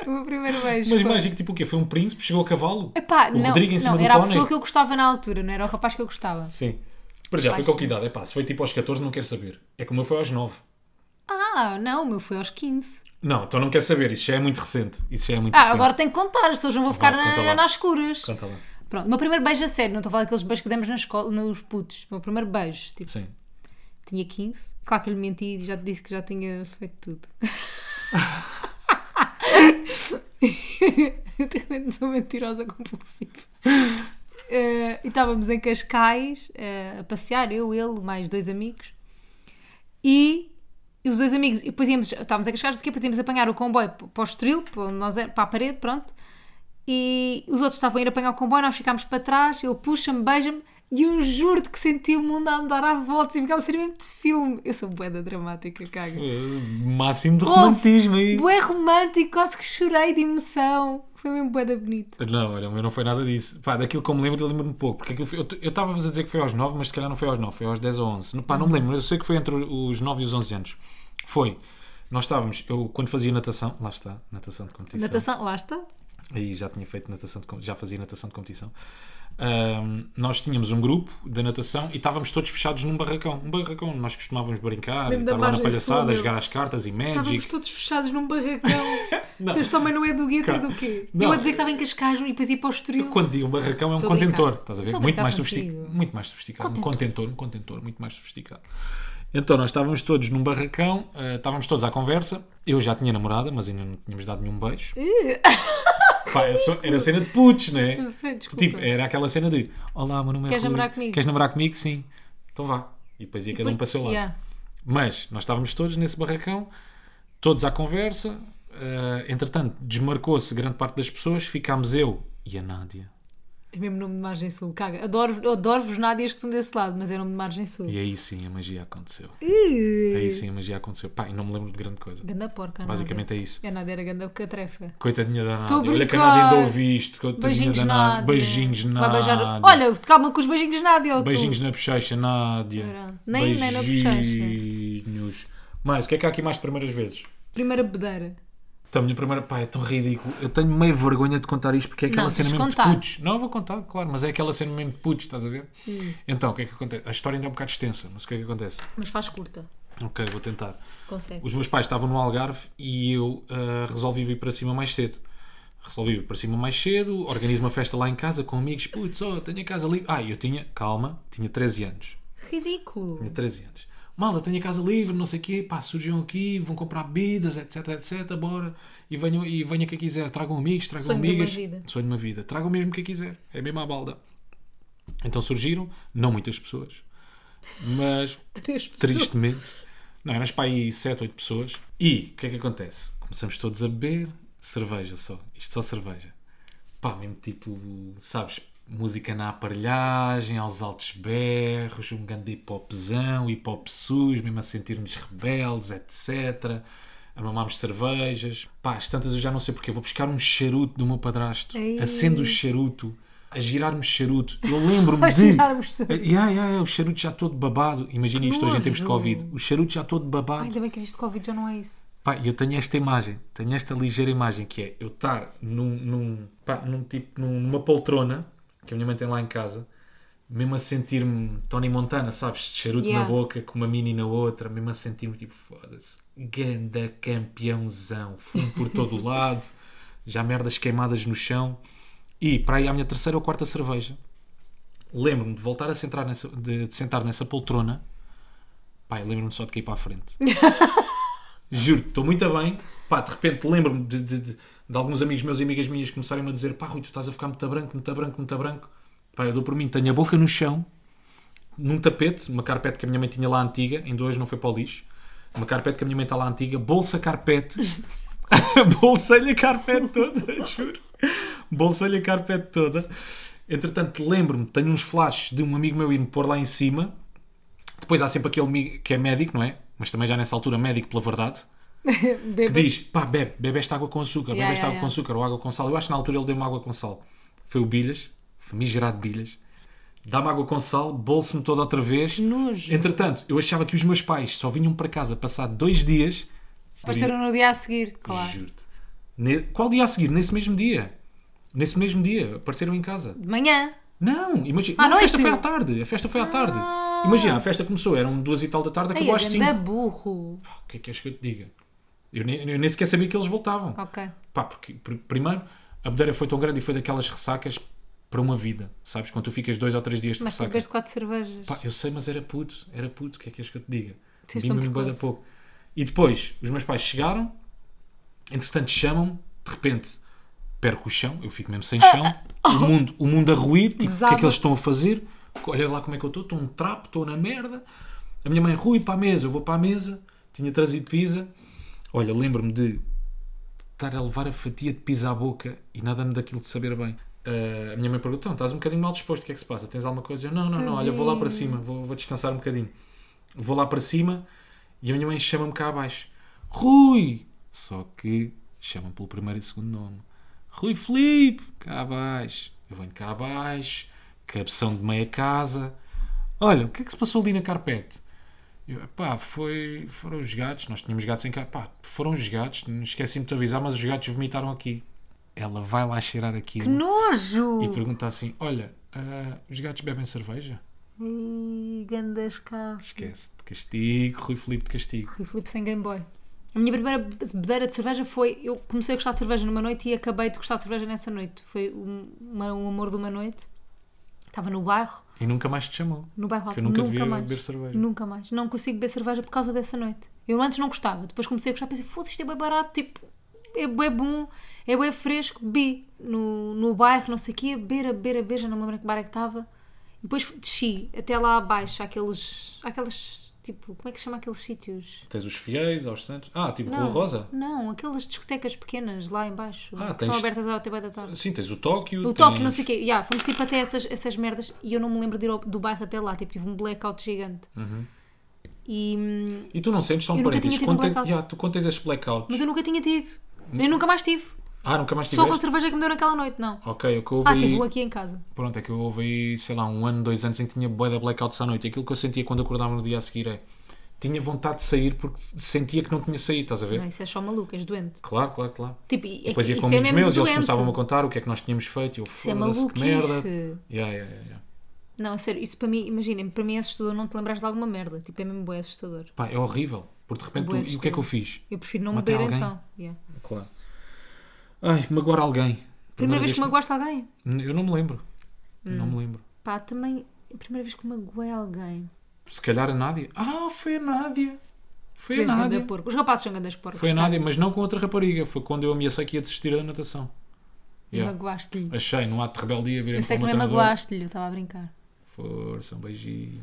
A: o meu primeiro beijo.
B: Mas
A: foi...
B: mágico, tipo o quê? Foi um príncipe? Chegou a cavalo?
A: Epá,
B: o
A: não,
B: Rodrigo em cima
A: não
B: do
A: era a
B: pônei?
A: pessoa que eu gostava na altura, não era o rapaz que eu gostava.
B: Sim. Para já, foi
A: Pais.
B: com que idade? É pá, se foi tipo aos 14, não quero saber. É que o meu foi aos 9.
A: Ah, não, o meu foi aos 15.
B: Não, então não quero saber. Isso já é muito recente. Isso já é muito
A: Ah,
B: recente.
A: agora tenho que contar, as pessoas não vão
B: Vá,
A: ficar na-
B: conta lá.
A: nas escuras.
B: Conta lá.
A: Pronto, o meu primeiro beijo a sério, não estou a falar daqueles beijos que demos na escola, nos putos. O meu primeiro beijo, tipo,
B: Sim.
A: tinha 15. Claro que eu lhe menti e já te disse que já tinha feito tudo. eu também sou mentirosa compulsiva. Eh, e estávamos em Cascais eh, a passear, eu, ele, mais dois amigos. E e os dois amigos, e depois íamos, estávamos a Cascais, não sei o quê, depois íamos apanhar o comboio p- para o Estoril, para, onde nós é- para a parede, pronto. E os outros estavam a ir apanhar o comboio, nós ficámos para trás, ele puxa-me, beija-me, e eu juro-te que senti o mundo a andar à volta e ficava a ser mesmo de filme. Eu sou boeda dramática, caga.
B: Eh, Máximo de romantismo aí.
A: Bué romântico, quase que chorei de emoção. Foi mesmo boeda bonito.
B: Não, olha, o meu não foi nada disso. Pá, daquilo que eu me lembro, eu lembro-me pouco. Porque aquilo foi- eu t- eu estava a dizer que foi aos 9, mas se calhar não foi aos 9, foi aos 10 ou 11. Não, Pá,
A: Uhum.
B: não me lembro, mas eu sei que foi entre os 9 e os 11 anos. Foi. Nós estávamos, eu quando fazia natação, lá está, natação de competição.
A: Natação, lá está.
B: Aí já tinha feito natação, de, com- já fazia natação de competição. Ahm, nós tínhamos um grupo da natação e estávamos todos fechados num barracão. Um barracão onde nós costumávamos brincar,
A: Mesmo da
B: estar lá na
A: margem sul,
B: palhaçada,
A: meu.
B: jogar as cartas e
A: Estávamos
B: Magic.
A: todos fechados num barracão. Vocês também não é do gueto, é do quê?
B: Não.
A: Eu a dizer que estava em Cascais e depois ia para o Estoril.
B: Quando digo barracão é um
A: Estou a
B: contentor,
A: brincar.
B: estás a
A: Estou
B: ver?
A: a
B: Muito
A: brincar
B: mais,
A: contigo.
B: sofisticado, muito mais sofisticado. Um
A: Contentor.
B: contentor, um contentor muito mais sofisticado. Então nós estávamos todos num barracão, ah, estávamos todos à conversa. Eu já tinha namorada, mas ainda não tínhamos dado nenhum beijo. Pá, era só- era cena de putos, não é?
A: Eu sei, desculpa.
B: Tipo, era aquela cena de Olá, meu nome é
A: Queres
B: Rui.
A: namorar comigo?"
B: Queres namorar comigo? Sim. Então vá. E depois ia cada um para o seu lado.
A: Yeah.
B: Mas nós estávamos todos nesse barracão, todos à conversa. ah, entretanto, desmarcou-se grande parte das pessoas. Ficámos eu e a Nádia.
A: É mesmo nome de Margem Sul, caga. Adoro- Adoro-vos nádias que estão desse lado, mas é nome de Margem Sul.
B: E aí sim a magia aconteceu. Aí
A: Yeah.
B: sim a magia aconteceu. Pá, e não me lembro de grande coisa.
A: Ganda porca, a Nádia.
B: Basicamente é isso.
A: A Nádia era ganda catrefa.
B: Coitadinha da
A: Tô a
B: Nádia. Olha que a
A: brincar.
B: Nádia ainda ouvi isto. Coitadinha
A: Beijinhos,
B: da Nádia.
A: Nádia.
B: Beijinhos,
A: Vai
B: Nádia.
A: beijar- Olha, calma com os beijinhos, Nádia. ou tu?
B: Beijinhos na bochecha, Nádia.
A: Pronto. Nem- nem na bochecha.
B: Beijinhos. Mais, o que é que há aqui mais de primeiras vezes?
A: Primeira bedeira.
B: Então, a minha primeira. Pá, é tão ridículo. Eu tenho meio vergonha de contar isto porque é aquela
A: Não,
B: cena
A: tens de
B: mesmo de
A: contar.
B: putos. Não, eu vou contar, claro, mas é aquela cena mesmo de putos, estás a ver?
A: Hum.
B: Então, o que é que acontece? A história ainda é um bocado extensa, mas o que é que acontece?
A: Mas faz curta.
B: Ok, vou tentar.
A: Consegue.
B: Os meus pais estavam no Algarve e eu ah, resolvi vir para cima mais cedo. Resolvi vir para cima mais cedo, organizo uma festa lá em casa com amigos. Putz, oh, tenho a casa livre. Ah, eu tinha, calma, tinha 13 anos. Tinha
A: Ridículo.
B: 13 anos. Malta, tenho a casa livre, não sei o quê, pá, surgiam aqui, vão comprar bebidas, etc, etc, bora. E venham, e venha quem quiser, tragam amigos, tragam
A: Sonho de uma
B: amigas.
A: vida.
B: Sonho de uma vida. Tragam mesmo quem quiser, é mesmo à balda. Então surgiram, não muitas pessoas, mas
A: Três pessoas.
B: tristemente. Não, éramos para aí 7, 8 pessoas. E o que é que acontece? Começamos todos a beber cerveja só. Isto só cerveja. Pá, mesmo tipo, sabes, música na aparelhagem, aos altos berros, um grande hip-hopzão, hip-hop sus, mesmo a sentir-nos rebeldes, etc. A mamarmos cervejas. Pá, às tantas eu já não sei porquê. Vou buscar um charuto do meu padrasto.
A: Ei.
B: Acendo o charuto. A girar-me charuto. Eu lembro-me
A: A
B: de...
A: girar-me charuto.
B: Yeah, yeah, yeah, o charuto já todo babado. Imagina isto hoje em tempos de
A: nojo.
B: Covid. O charuto já todo
A: Ai,
B: babado.
A: ainda bem que existe Covid, já não é isso.
B: Pá, eu tenho esta imagem, tenho esta ligeira imagem que é eu estar num, num, pá, num tipo, num- numa poltrona que a minha mãe tem lá em casa, mesmo a sentir-me Tony Montana, sabes? De charuto
A: Yeah.
B: na boca, com uma mini na outra, mesmo a sentir-me tipo foda-se, ganda campeãozão, fumo por todo o lado, já merdas queimadas no chão. E para aí à minha terceira ou quarta cerveja, lembro-me de voltar a sentar nessa, de, de sentar nessa poltrona. Pá, eu lembro-me só de cair para a frente. Juro, estou muito bem. Pá, de repente lembro-me de, de- de- de alguns amigos meus e amigas minhas começarem a dizer: pá, Rui, tu estás a ficar muito branco, muito branco, muito branco. Pá, eu dou por mim, tenho a boca no chão, num tapete, uma carpete que a minha mãe tinha lá antiga, ainda hoje não foi para o lixo. Uma carpete que a minha mãe está lá antiga, bolsa carpete. Bolsei-lhe a carpete toda, juro. Bolsei-lhe a carpete toda. Entretanto, lembro-me, tenho uns flashes de um amigo meu ir-me pôr lá em cima. Depois há sempre aquele amigo que é médico, não é? Mas também já nessa altura médico pela verdade. Que
A: Beba.
B: diz, pá, bebe, bebe esta água com açúcar,
A: Yeah,
B: bebe
A: yeah,
B: esta água
A: yeah.
B: com açúcar ou água com sal. Eu acho que na altura ele deu-me água com sal. Foi o Bilhas, famigerado Bilhas. Dá-me água com sal, bolso-me toda outra vez.
A: Nojo.
B: Entretanto, eu achava que os meus pais só vinham para casa passar dois dias.
A: Apareceram no dia a seguir, claro.
B: Juro-te. Ne- Qual dia a seguir? Nesse mesmo dia. Nesse mesmo dia, apareceram em casa.
A: De manhã.
B: Não, imagina.
A: À
B: não, a festa
A: noite? Ah.
B: foi à tarde. A festa foi à tarde. Imagina, a festa começou, eram duas e tal da tarde,
A: Ai,
B: acabou às
A: eu
B: cinco.
A: é burro.
B: Pá, O que é que queres que eu te diga? Eu nem, eu nem sequer sabia que eles voltavam.
A: Ok.
B: Pá, porque pr- primeiro a bedeira foi tão grande e foi daquelas ressacas para uma vida, sabes? Quando tu ficas dois ou três dias de
A: Mas tu
B: ressaca.
A: bebeste quatro cervejas.
B: Pá, eu sei, mas era puto, era puto, o que é que és que eu te diga?
A: Tu és
B: Vim
A: tão
B: mesmo bué da
A: precoce.
B: pouco. E depois, os meus pais chegaram, entretanto chamam-me, de repente perco o chão, eu fico mesmo sem
A: Ah,
B: chão, o,
A: oh.
B: mundo, o mundo a ruir, tipo, o que é
A: Desaba.
B: que eles estão a fazer? Olha lá como é que eu estou, estou um trapo, estou na merda. A minha mãe, Rui, para a mesa, eu vou para a mesa, tinha trazido pizza. Olha, lembro-me de estar a levar a fatia de pizza à boca e nada-me daquilo de saber bem. Ah, a minha mãe perguntou: "Então, estás um bocadinho mal disposto, o que é que se passa? Tens alguma coisa? Eu, não, não, não, olha, vou lá para
A: Tadinho.
B: cima, vou, vou descansar um bocadinho. Vou lá para cima e a minha mãe chama-me cá abaixo: Rui! Só que chamam pelo primeiro e segundo nome: Rui Felipe! Cá abaixo. Eu venho cá abaixo, cabeção de meia casa. Olha, o que é que se passou ali na carpete? Eu, pá, foi, foram os gatos, nós tínhamos gatos em casa, pá, foram os gatos, esqueci-me de te avisar, mas os gatos vomitaram aqui. Ela vai lá cheirar aquilo
A: Que nojo!
B: e pergunta assim: Olha, ah, os gatos bebem cerveja?
A: Ih, Gandas carros.
B: Esquece, de castigo, Rui Filipe de castigo.
A: Rui Filipe sem Game Boy. A minha primeira bebedeira de cerveja foi. Eu comecei a gostar de cerveja numa noite e acabei de gostar de cerveja nessa noite. Foi um, uma- um amor de uma noite. Estava no bairro,
B: E nunca mais te chamou.
A: no bairro
B: Que
A: alto.
B: eu nunca, devia
A: mais.
B: beber cerveja.
A: Nunca mais. Não consigo beber cerveja por causa dessa noite. Eu antes não gostava, depois comecei a gostar, pensei, foda-se, isto é bem barato, tipo, é bem bom, é bem fresco, bebi no, no bairro, não sei o quê, a beber, a beber, a beber, já não me lembro em que bar é que estava. E depois desci até lá abaixo, àqueles, àqueles, tipo, como é que se chama aqueles sítios?
B: Tens os fiéis aos santos. Ah, tipo
A: Não,
B: Rua Rosa?
A: Não, aquelas discotecas pequenas lá embaixo,
B: Ah,
A: que
B: tens-
A: estão abertas até bem da tarde.
B: Sim, tens o Tóquio.
A: O toque,
B: tens-
A: não sei o quê. Yeah, fomos tipo até essas, essas merdas e eu não me lembro de ir ao- do bairro até lá. Tipo, tive um blackout gigante.
B: Uhum.
A: E, hum,
B: E tu não sentes, só um
A: Eu nunca
B: parênteses.
A: tinha tido um
B: quando te-
A: blackout.
B: Ya, tu contas esses blackouts.
A: Mas eu nunca tinha tido. Nem nunca mais tive.
B: Ah, nunca mais
A: Só com a
B: Uhum. tiveste?
A: cerveja que me deu naquela noite, não.
B: Ok, o que eu ouvi.
A: Ah, tive um aqui em casa.
B: Pronto, é que eu ouvi, sei lá, um ano, dois anos em que tinha boia de blackouts à noite. Aquilo que eu sentia quando acordava no dia a seguir é. Tinha vontade de sair porque sentia que não tinha saído, estás a ver?
A: Não, isso é só maluco, és doente.
B: Claro, claro, claro.
A: Tipo, e- é,
B: Depois
A: que
B: ia
A: isso
B: com
A: é
B: amigos
A: mesmo
B: meus e eles
A: doente.
B: começavam a contar o que é que nós tínhamos feito. E eu,
A: Isso é
B: foda-se, que merda.
A: maluquice.
B: Yeah, yeah, yeah, yeah.
A: Não, a sério, isso para mim, imaginem, para mim é assustador não te lembrares de alguma merda. Tipo, é mesmo bué assustador.
B: Pá, é horrível. Porque de repente,
A: Bué
B: tu- e o que é que eu
A: assustador.
B: fiz?
A: Eu prefiro não
B: Matei
A: beber
B: alguém?
A: então. Yeah.
B: Claro. Ai, magoar alguém.
A: Primeira vez que Hum. magoaste alguém?
B: Eu não me lembro. Eu Não me lembro.
A: Pá, também. A primeira vez que magoei alguém.
B: Se calhar a Nádia. Ah, foi a Nádia.
A: Tu
B: Foi a
A: és ganda
B: Nádia.
A: porco. Os rapazes são grandes porcos. tá?
B: Foi a
A: pá.
B: Nádia, mas não com outra rapariga. Foi quando eu ameacei que ia desistir da natação. Yeah.
A: Magoaste-lhe.
B: Achei, num ato de rebeldia, virei
A: Eu sei
B: para
A: que
B: uma
A: não é
B: treinadora.
A: magoaste-lhe, eu estava a brincar.
B: Força, um beijinho.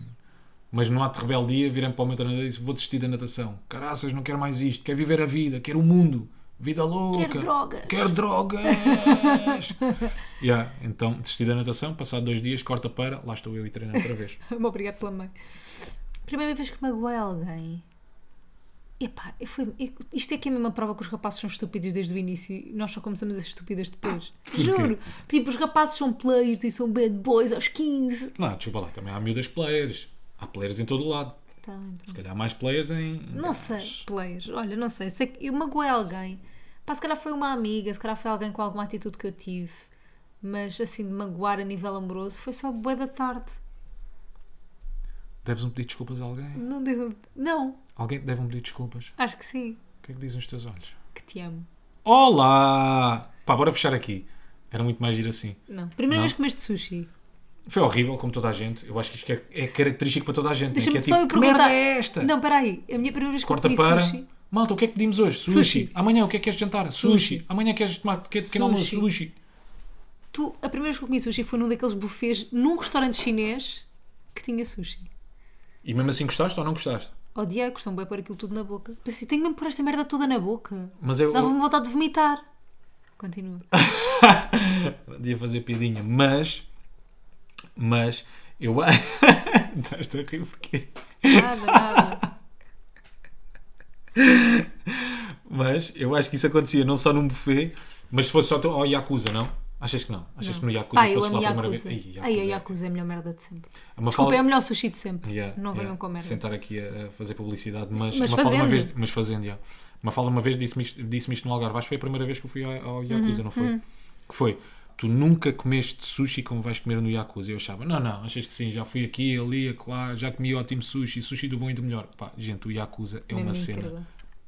B: Mas num ato de rebeldia, virei para o meu treinador e disse: Vou desistir da natação. Caraças, não quero mais isto. Quero viver a vida, quero o mundo. Vida louca.
A: Quero drogas.
B: Quero drogas. yeah, então, desisti da natação. Passado dois dias, corta para. Lá estou eu e treinar outra vez.
A: Obrigado pela mãe. Primeira vez que magoei alguém. Epá, eu fui, eu- isto é que é mesmo a prova que os rapazes são estúpidos desde o início e nós só começamos a ser estúpidas depois. Juro. Tipo, os rapazes são players e são bad boys aos 15.
B: Não, desculpa lá. Também há miúdas players. Há players em todo o lado.
A: Tá bem, pronto.
B: Se calhar há mais players em. em
A: não sei,
B: bares.
A: players. Olha, não sei. sei que eu magoei alguém. Pá, se calhar foi uma amiga, se calhar foi alguém com alguma atitude que eu tive. Mas assim, de magoar a nível amoroso foi só boa da tarde.
B: Deves um pedir desculpas a alguém?
A: Não devo. Não,
B: Alguém te deve um pedir desculpas.
A: acho que sim.
B: O que é que dizem os teus olhos?
A: Que te amo.
B: Olá! Pá, bora fechar aqui. Era muito mais giro assim.
A: Não. Primeira
B: Não? É
A: vez que comeste sushi.
B: Foi horrível, como toda a gente. Eu acho que isto é, é característico para toda a gente. né?
A: Deixa-me
B: que é
A: só eu
B: tipo, que merda
A: perguntar.
B: é esta?
A: Não, peraí. A minha primeira vez que eu comi
B: Quarta-feira.
A: sushi.
B: Malta, o que é que pedimos hoje? Sushi.
A: Sushi.
B: Amanhã, o que é que queres jantar? Sushi.
A: Sushi.
B: Amanhã queres tomar pequeno, pequeno almoço?
A: Sushi.
B: Sushi.
A: Tu, a primeira vez que eu comi sushi foi num daqueles buffets num restaurante chinês que tinha sushi.
B: E mesmo assim gostaste ou não gostaste?
A: Odiei, custou-me bem pôr aquilo tudo na boca. Pensei, tenho mesmo que pôr esta merda toda na boca.
B: Mas eu,
A: Dava-me vontade de vomitar. Continua.
B: eu devia fazer piadinha. Mas, mas, eu... Estás-te a rir porquê?
A: Nada, nada.
B: Mas eu acho que isso acontecia não só num buffet, mas se fosse só ao Yakuza, não? Achas que não? Achas que no Yakuza
A: Pá,
B: se
A: Ah, eu
B: fosse
A: amo
B: lá a primeira
A: Yakuza.
B: vez?
A: Ai,
B: Ai,
A: a Yakuza é a melhor merda de sempre.
B: A Mafalda-
A: Desculpa, é o melhor sushi de sempre.
B: Yeah,
A: não venham
B: yeah.
A: com merda.
B: Sentar aqui a a fazer publicidade, mas,
A: Mas
B: uma fala uma
A: fazendo.
B: vez, mas fazendo, yeah. uma fala uma vez disse-me isto, disse isto no Algarve, acho que foi a primeira vez que eu fui ao, ao Yakuza,
A: Hum,
B: não foi? Que foi, tu nunca comeste sushi como vais comer no Yakuza. Eu achava, não, não, achas que sim, já fui aqui, ali, claro, já comi ótimo sushi, sushi do bom e do melhor. Pá, gente, o Yakuza é
A: Mesmo
B: uma cena.
A: incrível.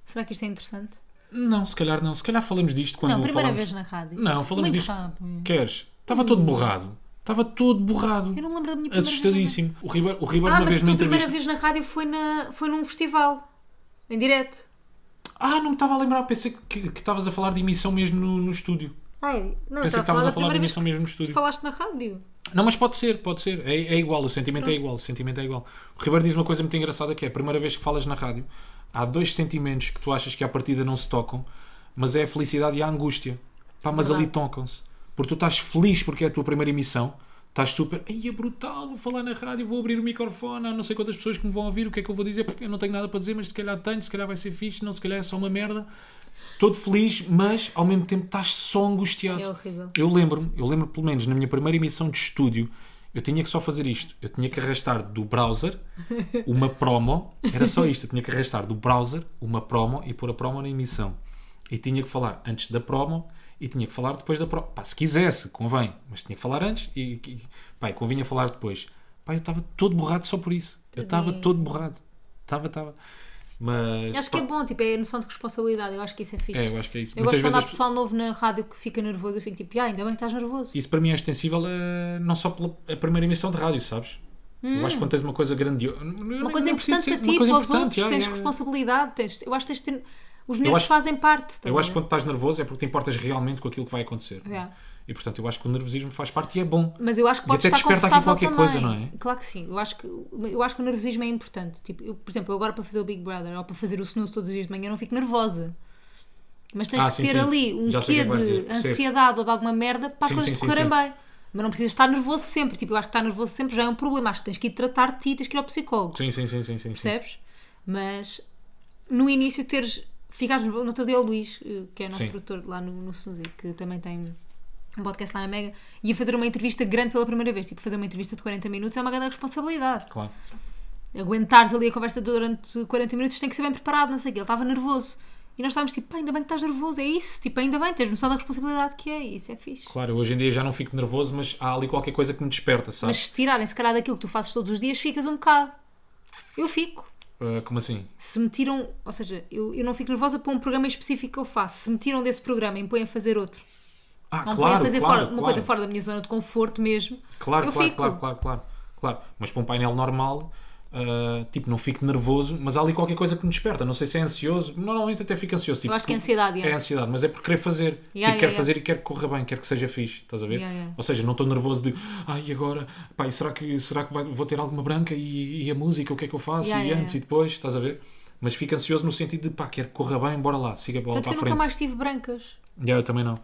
A: Será que isto é interessante?
B: Não, se calhar não, se calhar falamos disto quando
A: não, primeira
B: falamos...
A: vez na rádio.
B: Não, falamos
A: Muito
B: disto.
A: rápido.
B: Queres? Estava todo borrado. Estava todo borrado.
A: Eu não me lembro da minha primeira
B: Assustadíssimo. O Ribeiro, o
A: vez na
B: Ribeiro
A: rádio. Ah,
B: uma
A: mas
B: vez
A: a
B: numa
A: tua
B: entrevista.
A: primeira vez na rádio foi, na, foi num festival. Em direto.
B: Ah, não me estava a lembrar. Pensei que que estavas a falar de emissão mesmo no, no estúdio.
A: Ai, não,
B: Pensei que
A: eu
B: estavas a falar de
A: primeira vez
B: emissão mesmo no
A: que
B: estúdio.
A: falaste na rádio.
B: Não, mas pode ser, pode ser. É, é igual, o sentimento é igual, o sentimento é igual. O Ribeiro diz uma coisa muito engraçada que é a primeira vez que falas na rádio, há dois sentimentos que tu achas que à partida não se tocam, mas é a felicidade e a angústia. Pá, mas
A: Verdade.
B: ali tocam-se. Porque tu estás feliz porque é a tua primeira emissão, estás super, ei, é brutal, vou falar na rádio, vou abrir o microfone, há não sei quantas pessoas que me vão ouvir, o que é que eu vou dizer, porque eu não tenho nada para dizer, mas se calhar tenho, se calhar vai ser fixe, não, se calhar é só uma merda. Todo feliz, mas ao mesmo tempo estás só angustiado.
A: É horrível.
B: Eu lembro-me, eu lembro pelo menos na minha primeira emissão de estúdio, eu tinha que só fazer isto. Eu tinha que arrastar do browser uma promo, era só isto. Eu tinha que arrastar do browser uma promo e pôr a promo na emissão. E tinha que falar antes da promo e tinha que falar depois da promo. Pá, se quisesse, convém, mas tinha que falar antes e, e pá, e convinha falar depois. Pá, eu estava todo borrado só por isso. Eu estava
A: Tadinho.
B: todo borrado. Estava, estava. Mas.
A: Acho que é
B: pá,
A: bom, tipo, é a noção de responsabilidade. Eu acho que isso é fixe.
B: é, eu acho que é isso.
A: Eu gosto
B: Muitas
A: quando há
B: vezes as-
A: pessoal novo na rádio que fica nervoso. Eu fico tipo, ah, ainda bem que estás nervoso.
B: isso para mim é extensível a- não só pela a primeira emissão de rádio, sabes? Eu acho que quando tens uma coisa grandiosa.
A: Uma coisa importante para ti, para os outros, tens responsabilidade. Tens, eu acho que tens de ter, os nervos
B: acho-
A: fazem parte. estás
B: Eu
A: a
B: acho que
A: ver?
B: quando estás nervoso é porque te importas realmente com aquilo que vai acontecer. não é?
A: Yeah.
B: E portanto eu acho que o nervosismo faz parte e é bom.
A: Mas eu acho que
B: E
A: podes
B: até
A: estar
B: desperta aqui
A: confortável
B: qualquer
A: também.
B: coisa, não é?
A: Claro que sim. Eu acho que, eu acho que o nervosismo é importante. Tipo, eu, por exemplo, eu agora para fazer o Big Brother ou para fazer o snooze todos os dias de manhã eu não fico nervosa. Mas tens
B: Ah,
A: que
B: sim,
A: ter
B: sim.
A: ali um
B: Já sei o
A: quê
B: que é que vai dizer.
A: de
B: Percebo.
A: ansiedade ou de alguma merda para as
B: Sim,
A: coisas
B: sim, sim,
A: correrem
B: sim.
A: bem. Mas não precisas estar nervoso sempre. Tipo, eu acho que estar nervoso sempre já é um problema. Acho que tens que ir tratar de ti, tens que ir ao psicólogo
B: Sim, sim, sim, sim. sim, sim.
A: percebes? Mas no início teres, ficares no outro dia o Luís, eh, que é nosso
B: Sim.
A: produtor lá no, no Suzy, que também tem um podcast lá na Mega, ia fazer uma entrevista grande pela primeira vez, tipo fazer uma entrevista de 40 minutos é uma grande responsabilidade.
B: Claro.
A: Aguentares ali a conversa durante 40 minutos tem que ser bem preparado, não sei o quê, ele estava nervoso. E nós estávamos tipo, pá, ainda bem que estás nervoso, é isso, tipo, ainda bem, tens noção da responsabilidade que é, e isso é fixe.
B: Claro, eu hoje em dia já não fico nervoso, mas há ali qualquer coisa que me desperta,
A: Mas
B: sabes?
A: se tirarem, se calhar, daquilo que tu fazes todos os dias, ficas um bocado. Eu fico.
B: Ah, como assim?
A: se me tiram, ou seja, eu, eu não fico nervosa para um programa específico que eu faço. Se me tiram desse programa e me põem a fazer outro,
B: Ah,
A: ou me põem a
B: claro,
A: fazer
B: claro,
A: fora- uma
B: claro.
A: coisa fora da minha zona de conforto mesmo,
B: Claro,
A: eu
B: claro,
A: fico.
B: claro, claro, claro, claro. Mas para um painel normal, ah, tipo, não fico nervoso, mas há ali qualquer coisa que me desperta. Não sei se é ansioso, normalmente até fico ansioso. Tipo,
A: Eu acho que é
B: tu-
A: ansiedade, é.
B: É ansiedade, mas é por querer fazer. tipo,
A: yeah,
B: quero
A: yeah.
B: fazer e quero que corra bem, quero que seja fixe, estás a ver?
A: Yeah, yeah.
B: Ou seja, não estou nervoso de, ai, e agora, pá, e será que, será que vai- vou ter alguma branca e, e a música, o que é que eu faço,
A: Yeah,
B: e
A: yeah,
B: antes
A: yeah.
B: e depois, estás a ver? Mas fico ansioso no sentido de, pá, quero que corra bem, bora lá, siga a bola
A: Tanto
B: para
A: que
B: a
A: eu
B: frente.
A: nunca mais tive brancas.
B: Yeah, eu também não.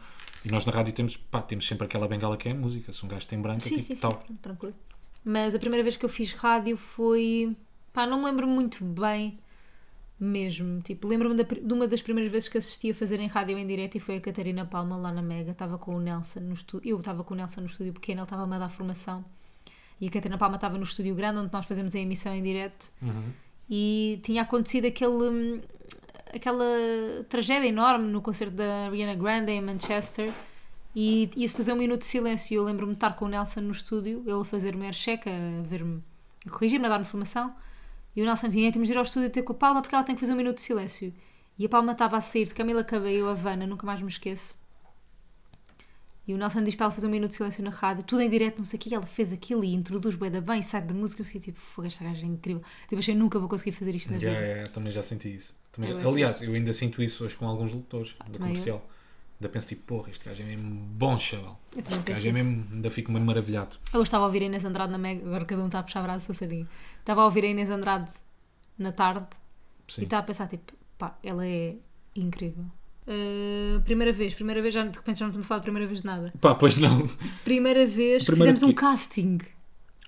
B: E nós na rádio temos, pá, temos sempre aquela bengala que é a música, se um gajo tem branca,
A: Sim,
B: tipo,
A: sim, sim,
B: tal.
A: pronto, tranquilo. Mas a primeira vez que eu fiz rádio foi. pá, não me lembro muito bem mesmo. Tipo, lembro-me da pri- de uma das primeiras vezes que assisti a fazer em rádio em direto e foi a Catarina Palma lá na Mega. Estava com o Nelson no estúdio. Eu estava com o Nelson no estúdio pequeno, ele estava a me dar formação. E a Catarina Palma estava no estúdio grande onde nós fazemos a emissão em direto.
B: Uhum.
A: E tinha acontecido aquele. hum, aquela tragédia enorme no concerto da Ariana Grande em Manchester e ia-se fazer um minuto de silêncio. Eu lembro-me de estar com o Nelson no estúdio, ele a fazer-me air check, a ver-me, a corrigir-me, a dar-me informação. E o Nelson tinha, temos de ir ao estúdio ter com a Palma porque ela tem que fazer um minuto de silêncio. E a Palma estava a sair de Camila Cabello, Havana, nunca mais me esqueço. E o Nelson diz para ela fazer um minuto de silêncio na rádio, tudo em direto, não sei o que, ela fez aquilo e introduz bué da bem, sai da música, eu fiquei tipo, fogo, esta gaja é incrível. Tipo, achei nunca vou conseguir fazer isto na vida.
B: Yeah, yeah, também já é. senti isso. Também
A: Tá É
B: já-
A: bem
B: Aliás, eu ainda sinto isso hoje com alguns lutadores da
A: também eu.
B: comercial. Ainda penso tipo, porra, este gajo é mesmo bom, chaval.
A: Eu também
B: Este
A: penso
B: gajo é
A: isso.
B: mesmo, ainda fico meio maravilhado.
A: Eu hoje estava a ouvir a Inês Andrade na Mega, agora cada um está a puxar braço a sardinha. Estava a ouvir a Inês Andrade na tarde e
B: Sim.
A: estava a pensar, tipo, pá, ela é incrível. Uh, primeira vez, primeira vez, já de repente já não estamos a falar de primeira vez de nada.
B: Pá, pois não.
A: Primeira vez que
B: Primeira
A: fizemos
B: de
A: um
B: quê?
A: casting.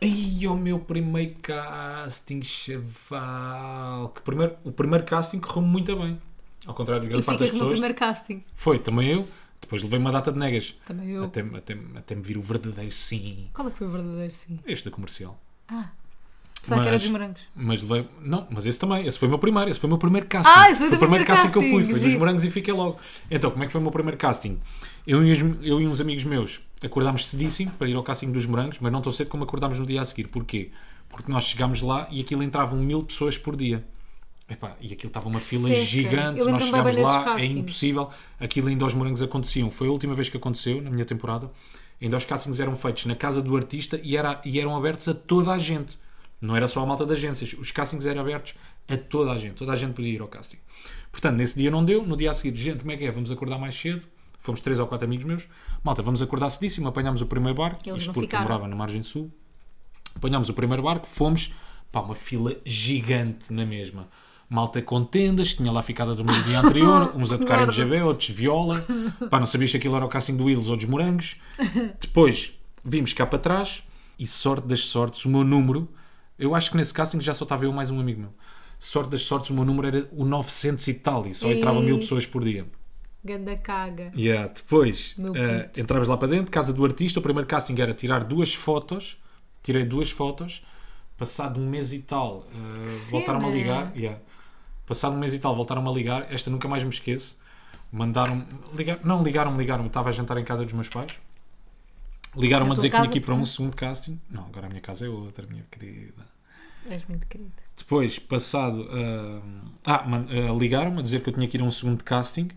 B: Ai, é o meu primeiro casting, chaval. Que primeiro, o primeiro casting correu muito bem. Ao contrário de
A: Eu
B: grande parte
A: fiquei
B: das
A: com o meu
B: pessoas.
A: primeiro casting.
B: Foi, também eu. Depois levei uma data de negas.
A: Também eu.
B: Até, até, até me vir o verdadeiro sim.
A: Qual é que foi o verdadeiro sim?
B: Este da comercial.
A: Ah, pensava que era
B: Mas-
A: dos morangos.
B: Mas levei. Não, mas esse também. Esse foi o meu primeiro. Esse foi o meu primeiro casting.
A: Ah, esse foi o teu
B: o primeiro
A: primeiro
B: casting, que eu fui.
A: casting,
B: Foi dos
A: giro.
B: morangos e fiquei logo. Então, como é que foi o meu primeiro casting? Eu e, os- eu e uns amigos meus acordámos cedíssimo para ir ao casting dos morangos, mas não tão cedo como acordámos no dia a seguir. Porquê? Porque nós chegámos lá e aquilo entravam mil pessoas por dia. Epá, e aquilo estava uma fila
A: seca.
B: gigante,
A: Eu lembro-me
B: nós
A: bem
B: chegámos
A: desses
B: lá, é
A: castings.
B: impossível. Aquilo ainda aos morangos aconteciam. Foi a última vez que aconteceu na minha temporada. Ainda os castings eram feitos na casa do artista e, era, e eram abertos a toda a gente. Não era só a malta de agências. Os castings eram abertos a toda a gente. Toda a gente podia ir ao casting. Portanto, nesse dia não deu. No dia a seguir, gente, como é que é? Vamos acordar mais cedo. Fomos três ou quatro amigos meus. Malta, vamos acordar cedíssimo. Apanhámos o primeiro barco.
A: Eles
B: Isto
A: não
B: porque eu
A: ficaram.
B: morava na margem sul. Apanhámos o primeiro barco, fomos para uma fila gigante na mesma. Malta com tendas, tinha lá ficado a dormir o dia anterior, uns a tocar
A: Merda.
B: MGB, outros viola. Pá, não sabias se aquilo era o casting do Wills ou dos Morangos. Depois vimos cá para trás e sorte das sortes, o meu número, eu acho que nesse casting já só estava eu mais um amigo meu. Sorte das sortes, o meu número era o 900 e tal e só entravam
A: Ei.
B: mil pessoas por dia.
A: Ganda caga.
B: Yeah, depois
A: Meu
B: eh, entramos lá para dentro, casa do artista. O primeiro casting era tirar duas fotos. Tirei duas fotos. Passado um mês e tal, eh, voltaram-me a
A: cena!
B: ligar. Yeah. Passado um mês e tal, voltaram-me a ligar. Esta nunca mais me esqueço. Mandaram ligar, não ligaram-me, ligaram-me. Eu Estava a jantar em casa dos meus pais. Ligaram-me
A: Na
B: a dizer
A: tua
B: que tinha que ir
A: casa,
B: para um
A: portanto?
B: segundo casting. Não, agora a minha casa é outra, minha querida.
A: És muito querida.
B: Depois, passado. hum, ah, man- ah, ligaram-me a dizer que eu tinha que ir a um segundo casting.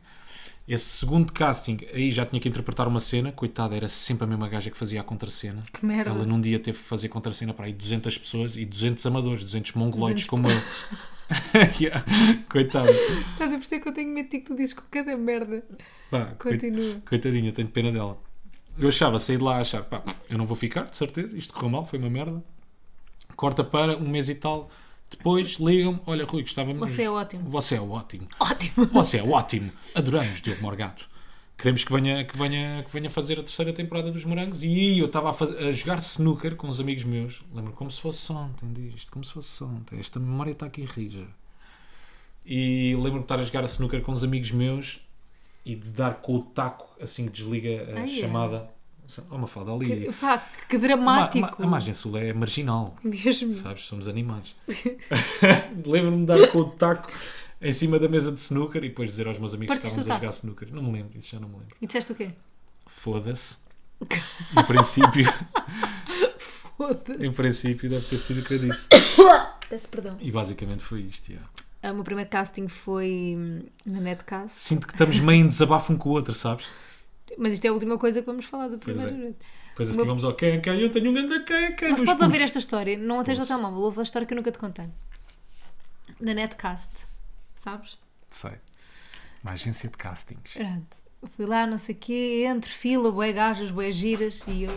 B: Esse segundo casting, aí já tinha que interpretar uma cena. Coitada, era sempre a mesma gaja que fazia a contracena.
A: Que merda.
B: Ela num dia teve que fazer contracena para aí 200 pessoas e 200 amadores, 200
A: 200
B: mongoloides como eu. Yeah, Coitado.
A: Estás a perceber que eu tenho medo de que tu dizes com cada merda.
B: Pá, coit-
A: Continua.
B: Coitadinha, tenho pena dela. Eu achava, saí de lá a achar, pá, eu não vou ficar, de certeza, isto correu mal, foi uma merda. Corta para um mês e tal. Depois ligam-me, olha, Rui, gostava
A: Você é ótimo.
B: Você é ótimo.
A: Ótimo.
B: Você é ótimo. Adoramos Diogo Morgato. Queremos que venha, que, venha, que venha fazer a terceira temporada dos Morangos. E aí eu estava a, faz- a jogar snooker com uns amigos meus. Lembro como se fosse ontem disto, como se fosse ontem. Esta memória está aqui rija. E lembro-me de estar a jogar a snooker com uns amigos meus e de dar com o taco assim que desliga a
A: Ah, é?
B: chamada. Oh, uma fada ali.
A: Que, pá, que
B: Ma- ma-
A: dramático.
B: a margem sul é marginal.
A: Mesmo.
B: Sabes, somos animais. Lembro-me de dar com o taco em cima da mesa de snooker e depois dizer aos meus amigos
A: Partiste
B: que
A: o
B: estávamos a jogar snooker. Não me lembro, isso já não me lembro.
A: E disseste o quê?
B: Foda-se. Em princípio,
A: Foda-se.
B: em princípio deve ter sido o que eu disse.
A: Peço perdão.
B: E basicamente foi isto. yeah.
A: Ah, O meu primeiro casting foi hum, na Netcast.
B: Sinto que estamos meio em desabafo um com o outro, sabes?
A: Mas isto é a última coisa que vamos falar da primeira
B: é.
A: vez.
B: Pois assim
A: Uma-
B: vamos ao quem quem eu tenho um grande quem quem
A: Mas
B: nos
A: podes ouvir
B: putos.
A: esta história, não a tens no
B: Ouço.
A: telemóvel, ouve a história que eu nunca te contei. Na Netcast, sabes?
B: Sei. Uma agência de castings.
A: Pronto. Fui lá, não sei o quê, entre fila, boé gajas, boé giras e eu.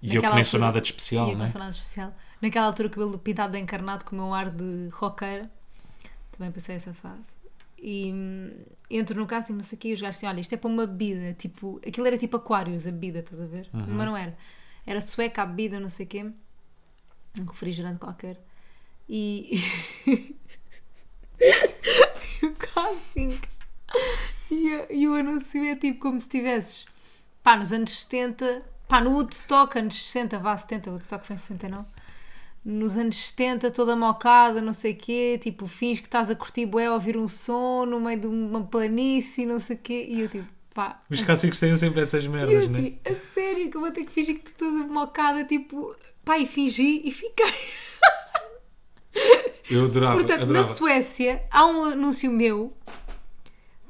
B: E eu que nem sou
A: altura-
B: nada de
A: e
B: especial,
A: eu
B: não
A: não
B: é?
A: sou nada especial. Naquela altura, cabelo pintado de encarnado com o meu ar de roqueira. Também passei essa fase. E hum, entro no casting, não sei o quê, e os gajos assim, olha, isto é para uma bebida, tipo, aquilo era tipo Aquarius, a bebida, estás a ver?
B: Uhum.
A: Mas não era. Era sueca a bebida, não sei o quê. Um refrigerante qualquer. E... e o casting... E, eu- e o anúncio é tipo como se estivesses pá, nos anos 70, pá, no Woodstock, anos 60, vá, 70, Woodstock foi em 69. Nos anos 70, toda mocada, não sei quê, tipo, fins que estás a curtir bué, a ouvir um som no meio de uma planície, não sei quê, e eu tipo, pá.
B: Os castings têm sempre essas
A: E eu
B: merdas, não é?
A: assim, a sério, que eu vou ter que fingir que estou toda mocada, tipo, pá, e fingi, e fiquei.
B: Eu adorava,
A: Portanto, na
B: adorava.
A: Suécia há um anúncio meu.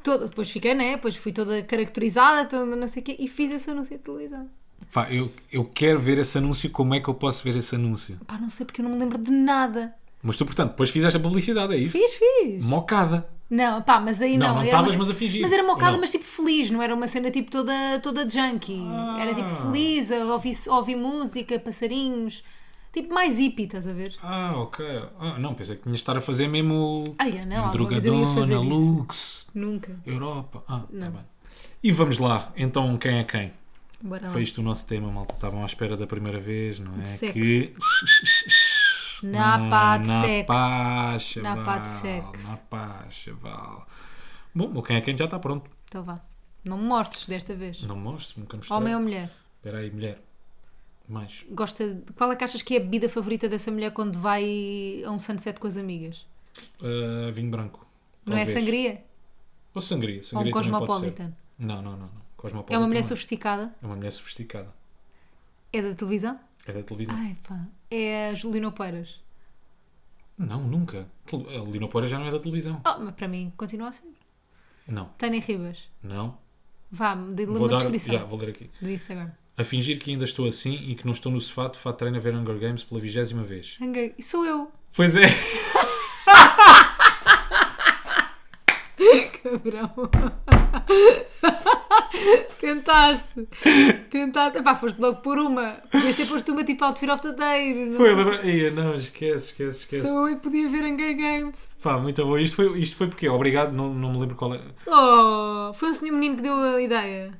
A: Todo, depois fiquei, né? Depois fui toda caracterizada, toda não sei o quê, e fiz esse anúncio de televisão.
B: Pá, eu, eu quero ver esse anúncio, como é que eu posso ver esse anúncio?
A: Pá, não sei porque eu não me lembro de nada.
B: Mas tu, portanto, depois fizeste a publicidade, é isso?
A: Fiz, fiz.
B: Mocada.
A: não, pá, mas aí
B: Não,
A: não.
B: não
A: era
B: estavas,
A: uma-
B: mas a fingir,
A: Mas era
B: ou
A: mocada,
B: não?
A: mas tipo feliz, não era uma cena tipo toda, toda junkie.
B: Ah.
A: Era tipo feliz, eu ouvi, ouvi música, passarinhos. Tipo mais hippie, estás a ver?
B: Ah, ok. Ah, não, pensei que tinhas de estar a fazer mesmo
A: Ai, eu não, alguma vez eu ia fazer
B: Drogadona,
A: isso.
B: Lux,
A: Nunca.
B: Europa. Ah, tá
A: Não.
B: bem. E vamos lá, então, quem é quem?
A: Bora lá.
B: Foi isto o nosso tema, malta. Estavam à espera da primeira vez, não é?
A: sexo.
B: Que.
A: Na
B: Não,
A: pá de
B: na
A: sexo.
B: Pá, chaval,
A: Na pá de sexo.
B: Na pá, chaval. Bom, o quem é quem já está pronto.
A: Então vá. Não me mostres desta vez.
B: Não mostro, nunca mostrei.
A: Homem ou mulher?
B: Espera aí, mulher. Mais.
A: Gosta de... Qual é que achas que é a bebida favorita dessa mulher quando vai a um sunset com as amigas?
B: Ah, vinho branco.
A: Não
B: Talvez.
A: é sangria?
B: Ou sangria.
A: Ou um
B: Sangria também pode ser.
A: cosmopolitan?
B: Não, não, não. não. Cosmopolitan
A: É uma mulher
B: não
A: sofisticada?
B: É uma mulher sofisticada.
A: É da televisão?
B: É da televisão.
A: Ai pá. É a Juliana Operas.
B: Não, nunca. Tele- A Lino Poeira já não é da televisão.
A: Oh, mas para mim continua a ser.
B: Não,
A: Tânia Ribas.
B: não.
A: Vá, dê-lhe
B: Vou
A: uma
B: dar.
A: descrição
B: Já, vou ler aqui.
A: do Instagram.
B: A fingir que ainda estou assim e que não estou no sofá de fato treino a ver Hunger Games pela vigésima vez.
A: Hunger. E sou eu.
B: Pois é.
A: Cabrão. Tentaste. Tentaste. Epá, foste logo por uma. Podias ter posto uma tipo Outfit of the Day. não
B: Foi,
A: sei.
B: lembra... Ia, não, esquece, esquece, esquece.
A: Sou eu e podia ver Hunger Games.
B: Pá, muito bom. Isto foi, isto foi porque, obrigado, não, não me lembro qual é.
A: Oh, foi um senhor menino que deu a ideia.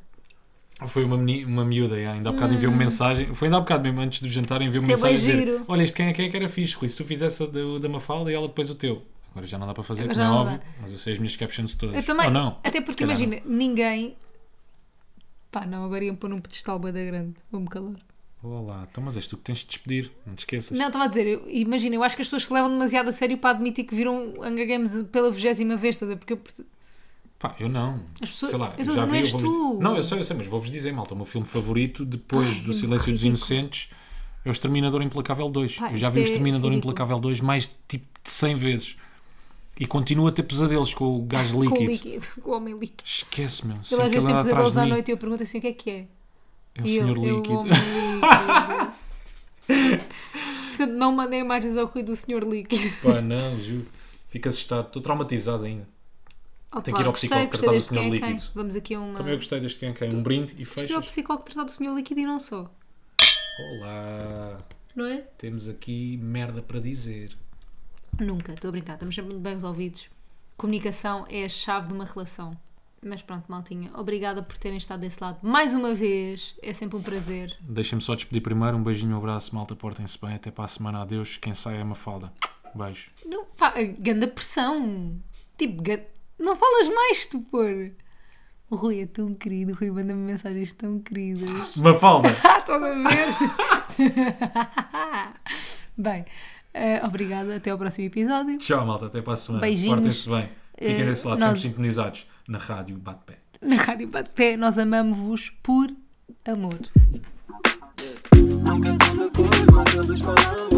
B: Foi uma, meni, uma miúda, já, ainda há bocado enviou-me mensagem. Foi ainda há bocado mesmo, antes do jantar, enviou-me
A: Hum. Isso é bem
B: mensagem. a dizer,
A: giro.
B: Olha, este quem é, quem é que era fixe, Rui? Se tu fizesse a do- da Mafalda e ela depois o teu. Agora já não dá para fazer,
A: Agora
B: como é
A: já não dá.
B: óbvio. Mas eu sei as minhas captions todas.
A: Eu também.
B: Ou não?
A: Até
B: Se
A: porque
B: calhar não.
A: imagina, ninguém. Pá, não, agora iam pôr num pedestal bué da grande. Vou-me calar.
B: Olá, então, mas és tu que tens de despedir, não te esqueças.
A: Não, estava a dizer, eu- imagina, eu acho que as pessoas se levam demasiado a sério para admitir que viram Hunger Games pela vigésima vez, estás a ver? porque eu-
B: Pá, eu não.
A: As pessoas-
B: Sei lá,
A: eu
B: eu
A: tô
B: já
A: a dizer, não
B: vi. eu
A: és
B: vou-vos
A: tu.
B: di- Não, eu sei, eu sei, mas vou-vos dizer, malta, o meu filme favorito depois
A: Ai,
B: do
A: é
B: Silêncio dos
A: ridículo.
B: Inocentes é o Exterminador Implacável 2.
A: Pá,
B: eu já
A: isto
B: vi o
A: é
B: Exterminador
A: ridículo.
B: Implacável 2 mais tipo de 100 vezes. E continuo a ter pesadelos com o gás líquido.
A: com o líquido, com o homem líquido.
B: Esquece, meu.
A: Ele
B: Sempre
A: às
B: que
A: vezes tem
B: ele anda atrás
A: pesadelos
B: de
A: à
B: mim.
A: noite e eu pergunto assim: o que é que é?
B: É o
A: E ele,
B: senhor
A: "É o
B: líquido.
A: homem líquido. Portanto, não mandei imagens ao Rui do senhor líquido.
B: Pá, não, juro. Fico assustado. Estou traumatizado ainda.
A: Oh,
B: Tem
A: pá,
B: que ir ao
A: gostei,
B: psicólogo
A: gostei
B: tratar do
A: deste
B: Sr.
A: quem é quem.
B: Líquido.
A: Vamos aqui a uma.
B: Também eu gostei deste quem quem. Um brinde e
A: Tens que ir ao
B: fechas.
A: psicólogo tratar do senhor líquido e não só,
B: Olá.
A: não é?
B: Temos aqui merda para dizer.
A: Nunca, estou a brincar, estamos sempre muito bem resolvidos. Comunicação é a chave de uma relação. Mas pronto, maltinha, obrigada por terem estado desse lado mais uma vez. É sempre um prazer.
B: Deixem-me só despedir primeiro. Um beijinho, um abraço, malta. Portem-se bem. Até para a semana. Adeus. Quem sai é uma falda. Beijo.
A: Não, pá, ganda pressão. Tipo, gan- não falas mais, tu pôr. O Rui é tão querido, o Rui manda-me mensagens tão queridas.
B: Uma falda.
A: Ah, estás a ver? Bem, eh, obrigada, até ao próximo episódio.
B: Tchau, malta. Até para a semana.
A: Beijinhos.
B: Portem-se bem. Fiquem
A: Eh,
B: desse lado,
A: nós-
B: sempre sintonizados. Na rádio Bate-Pé.
A: Na Rádio Bate Pé, nós amamos-vos por amor.
C: Nunca tanta cor, mas eles falam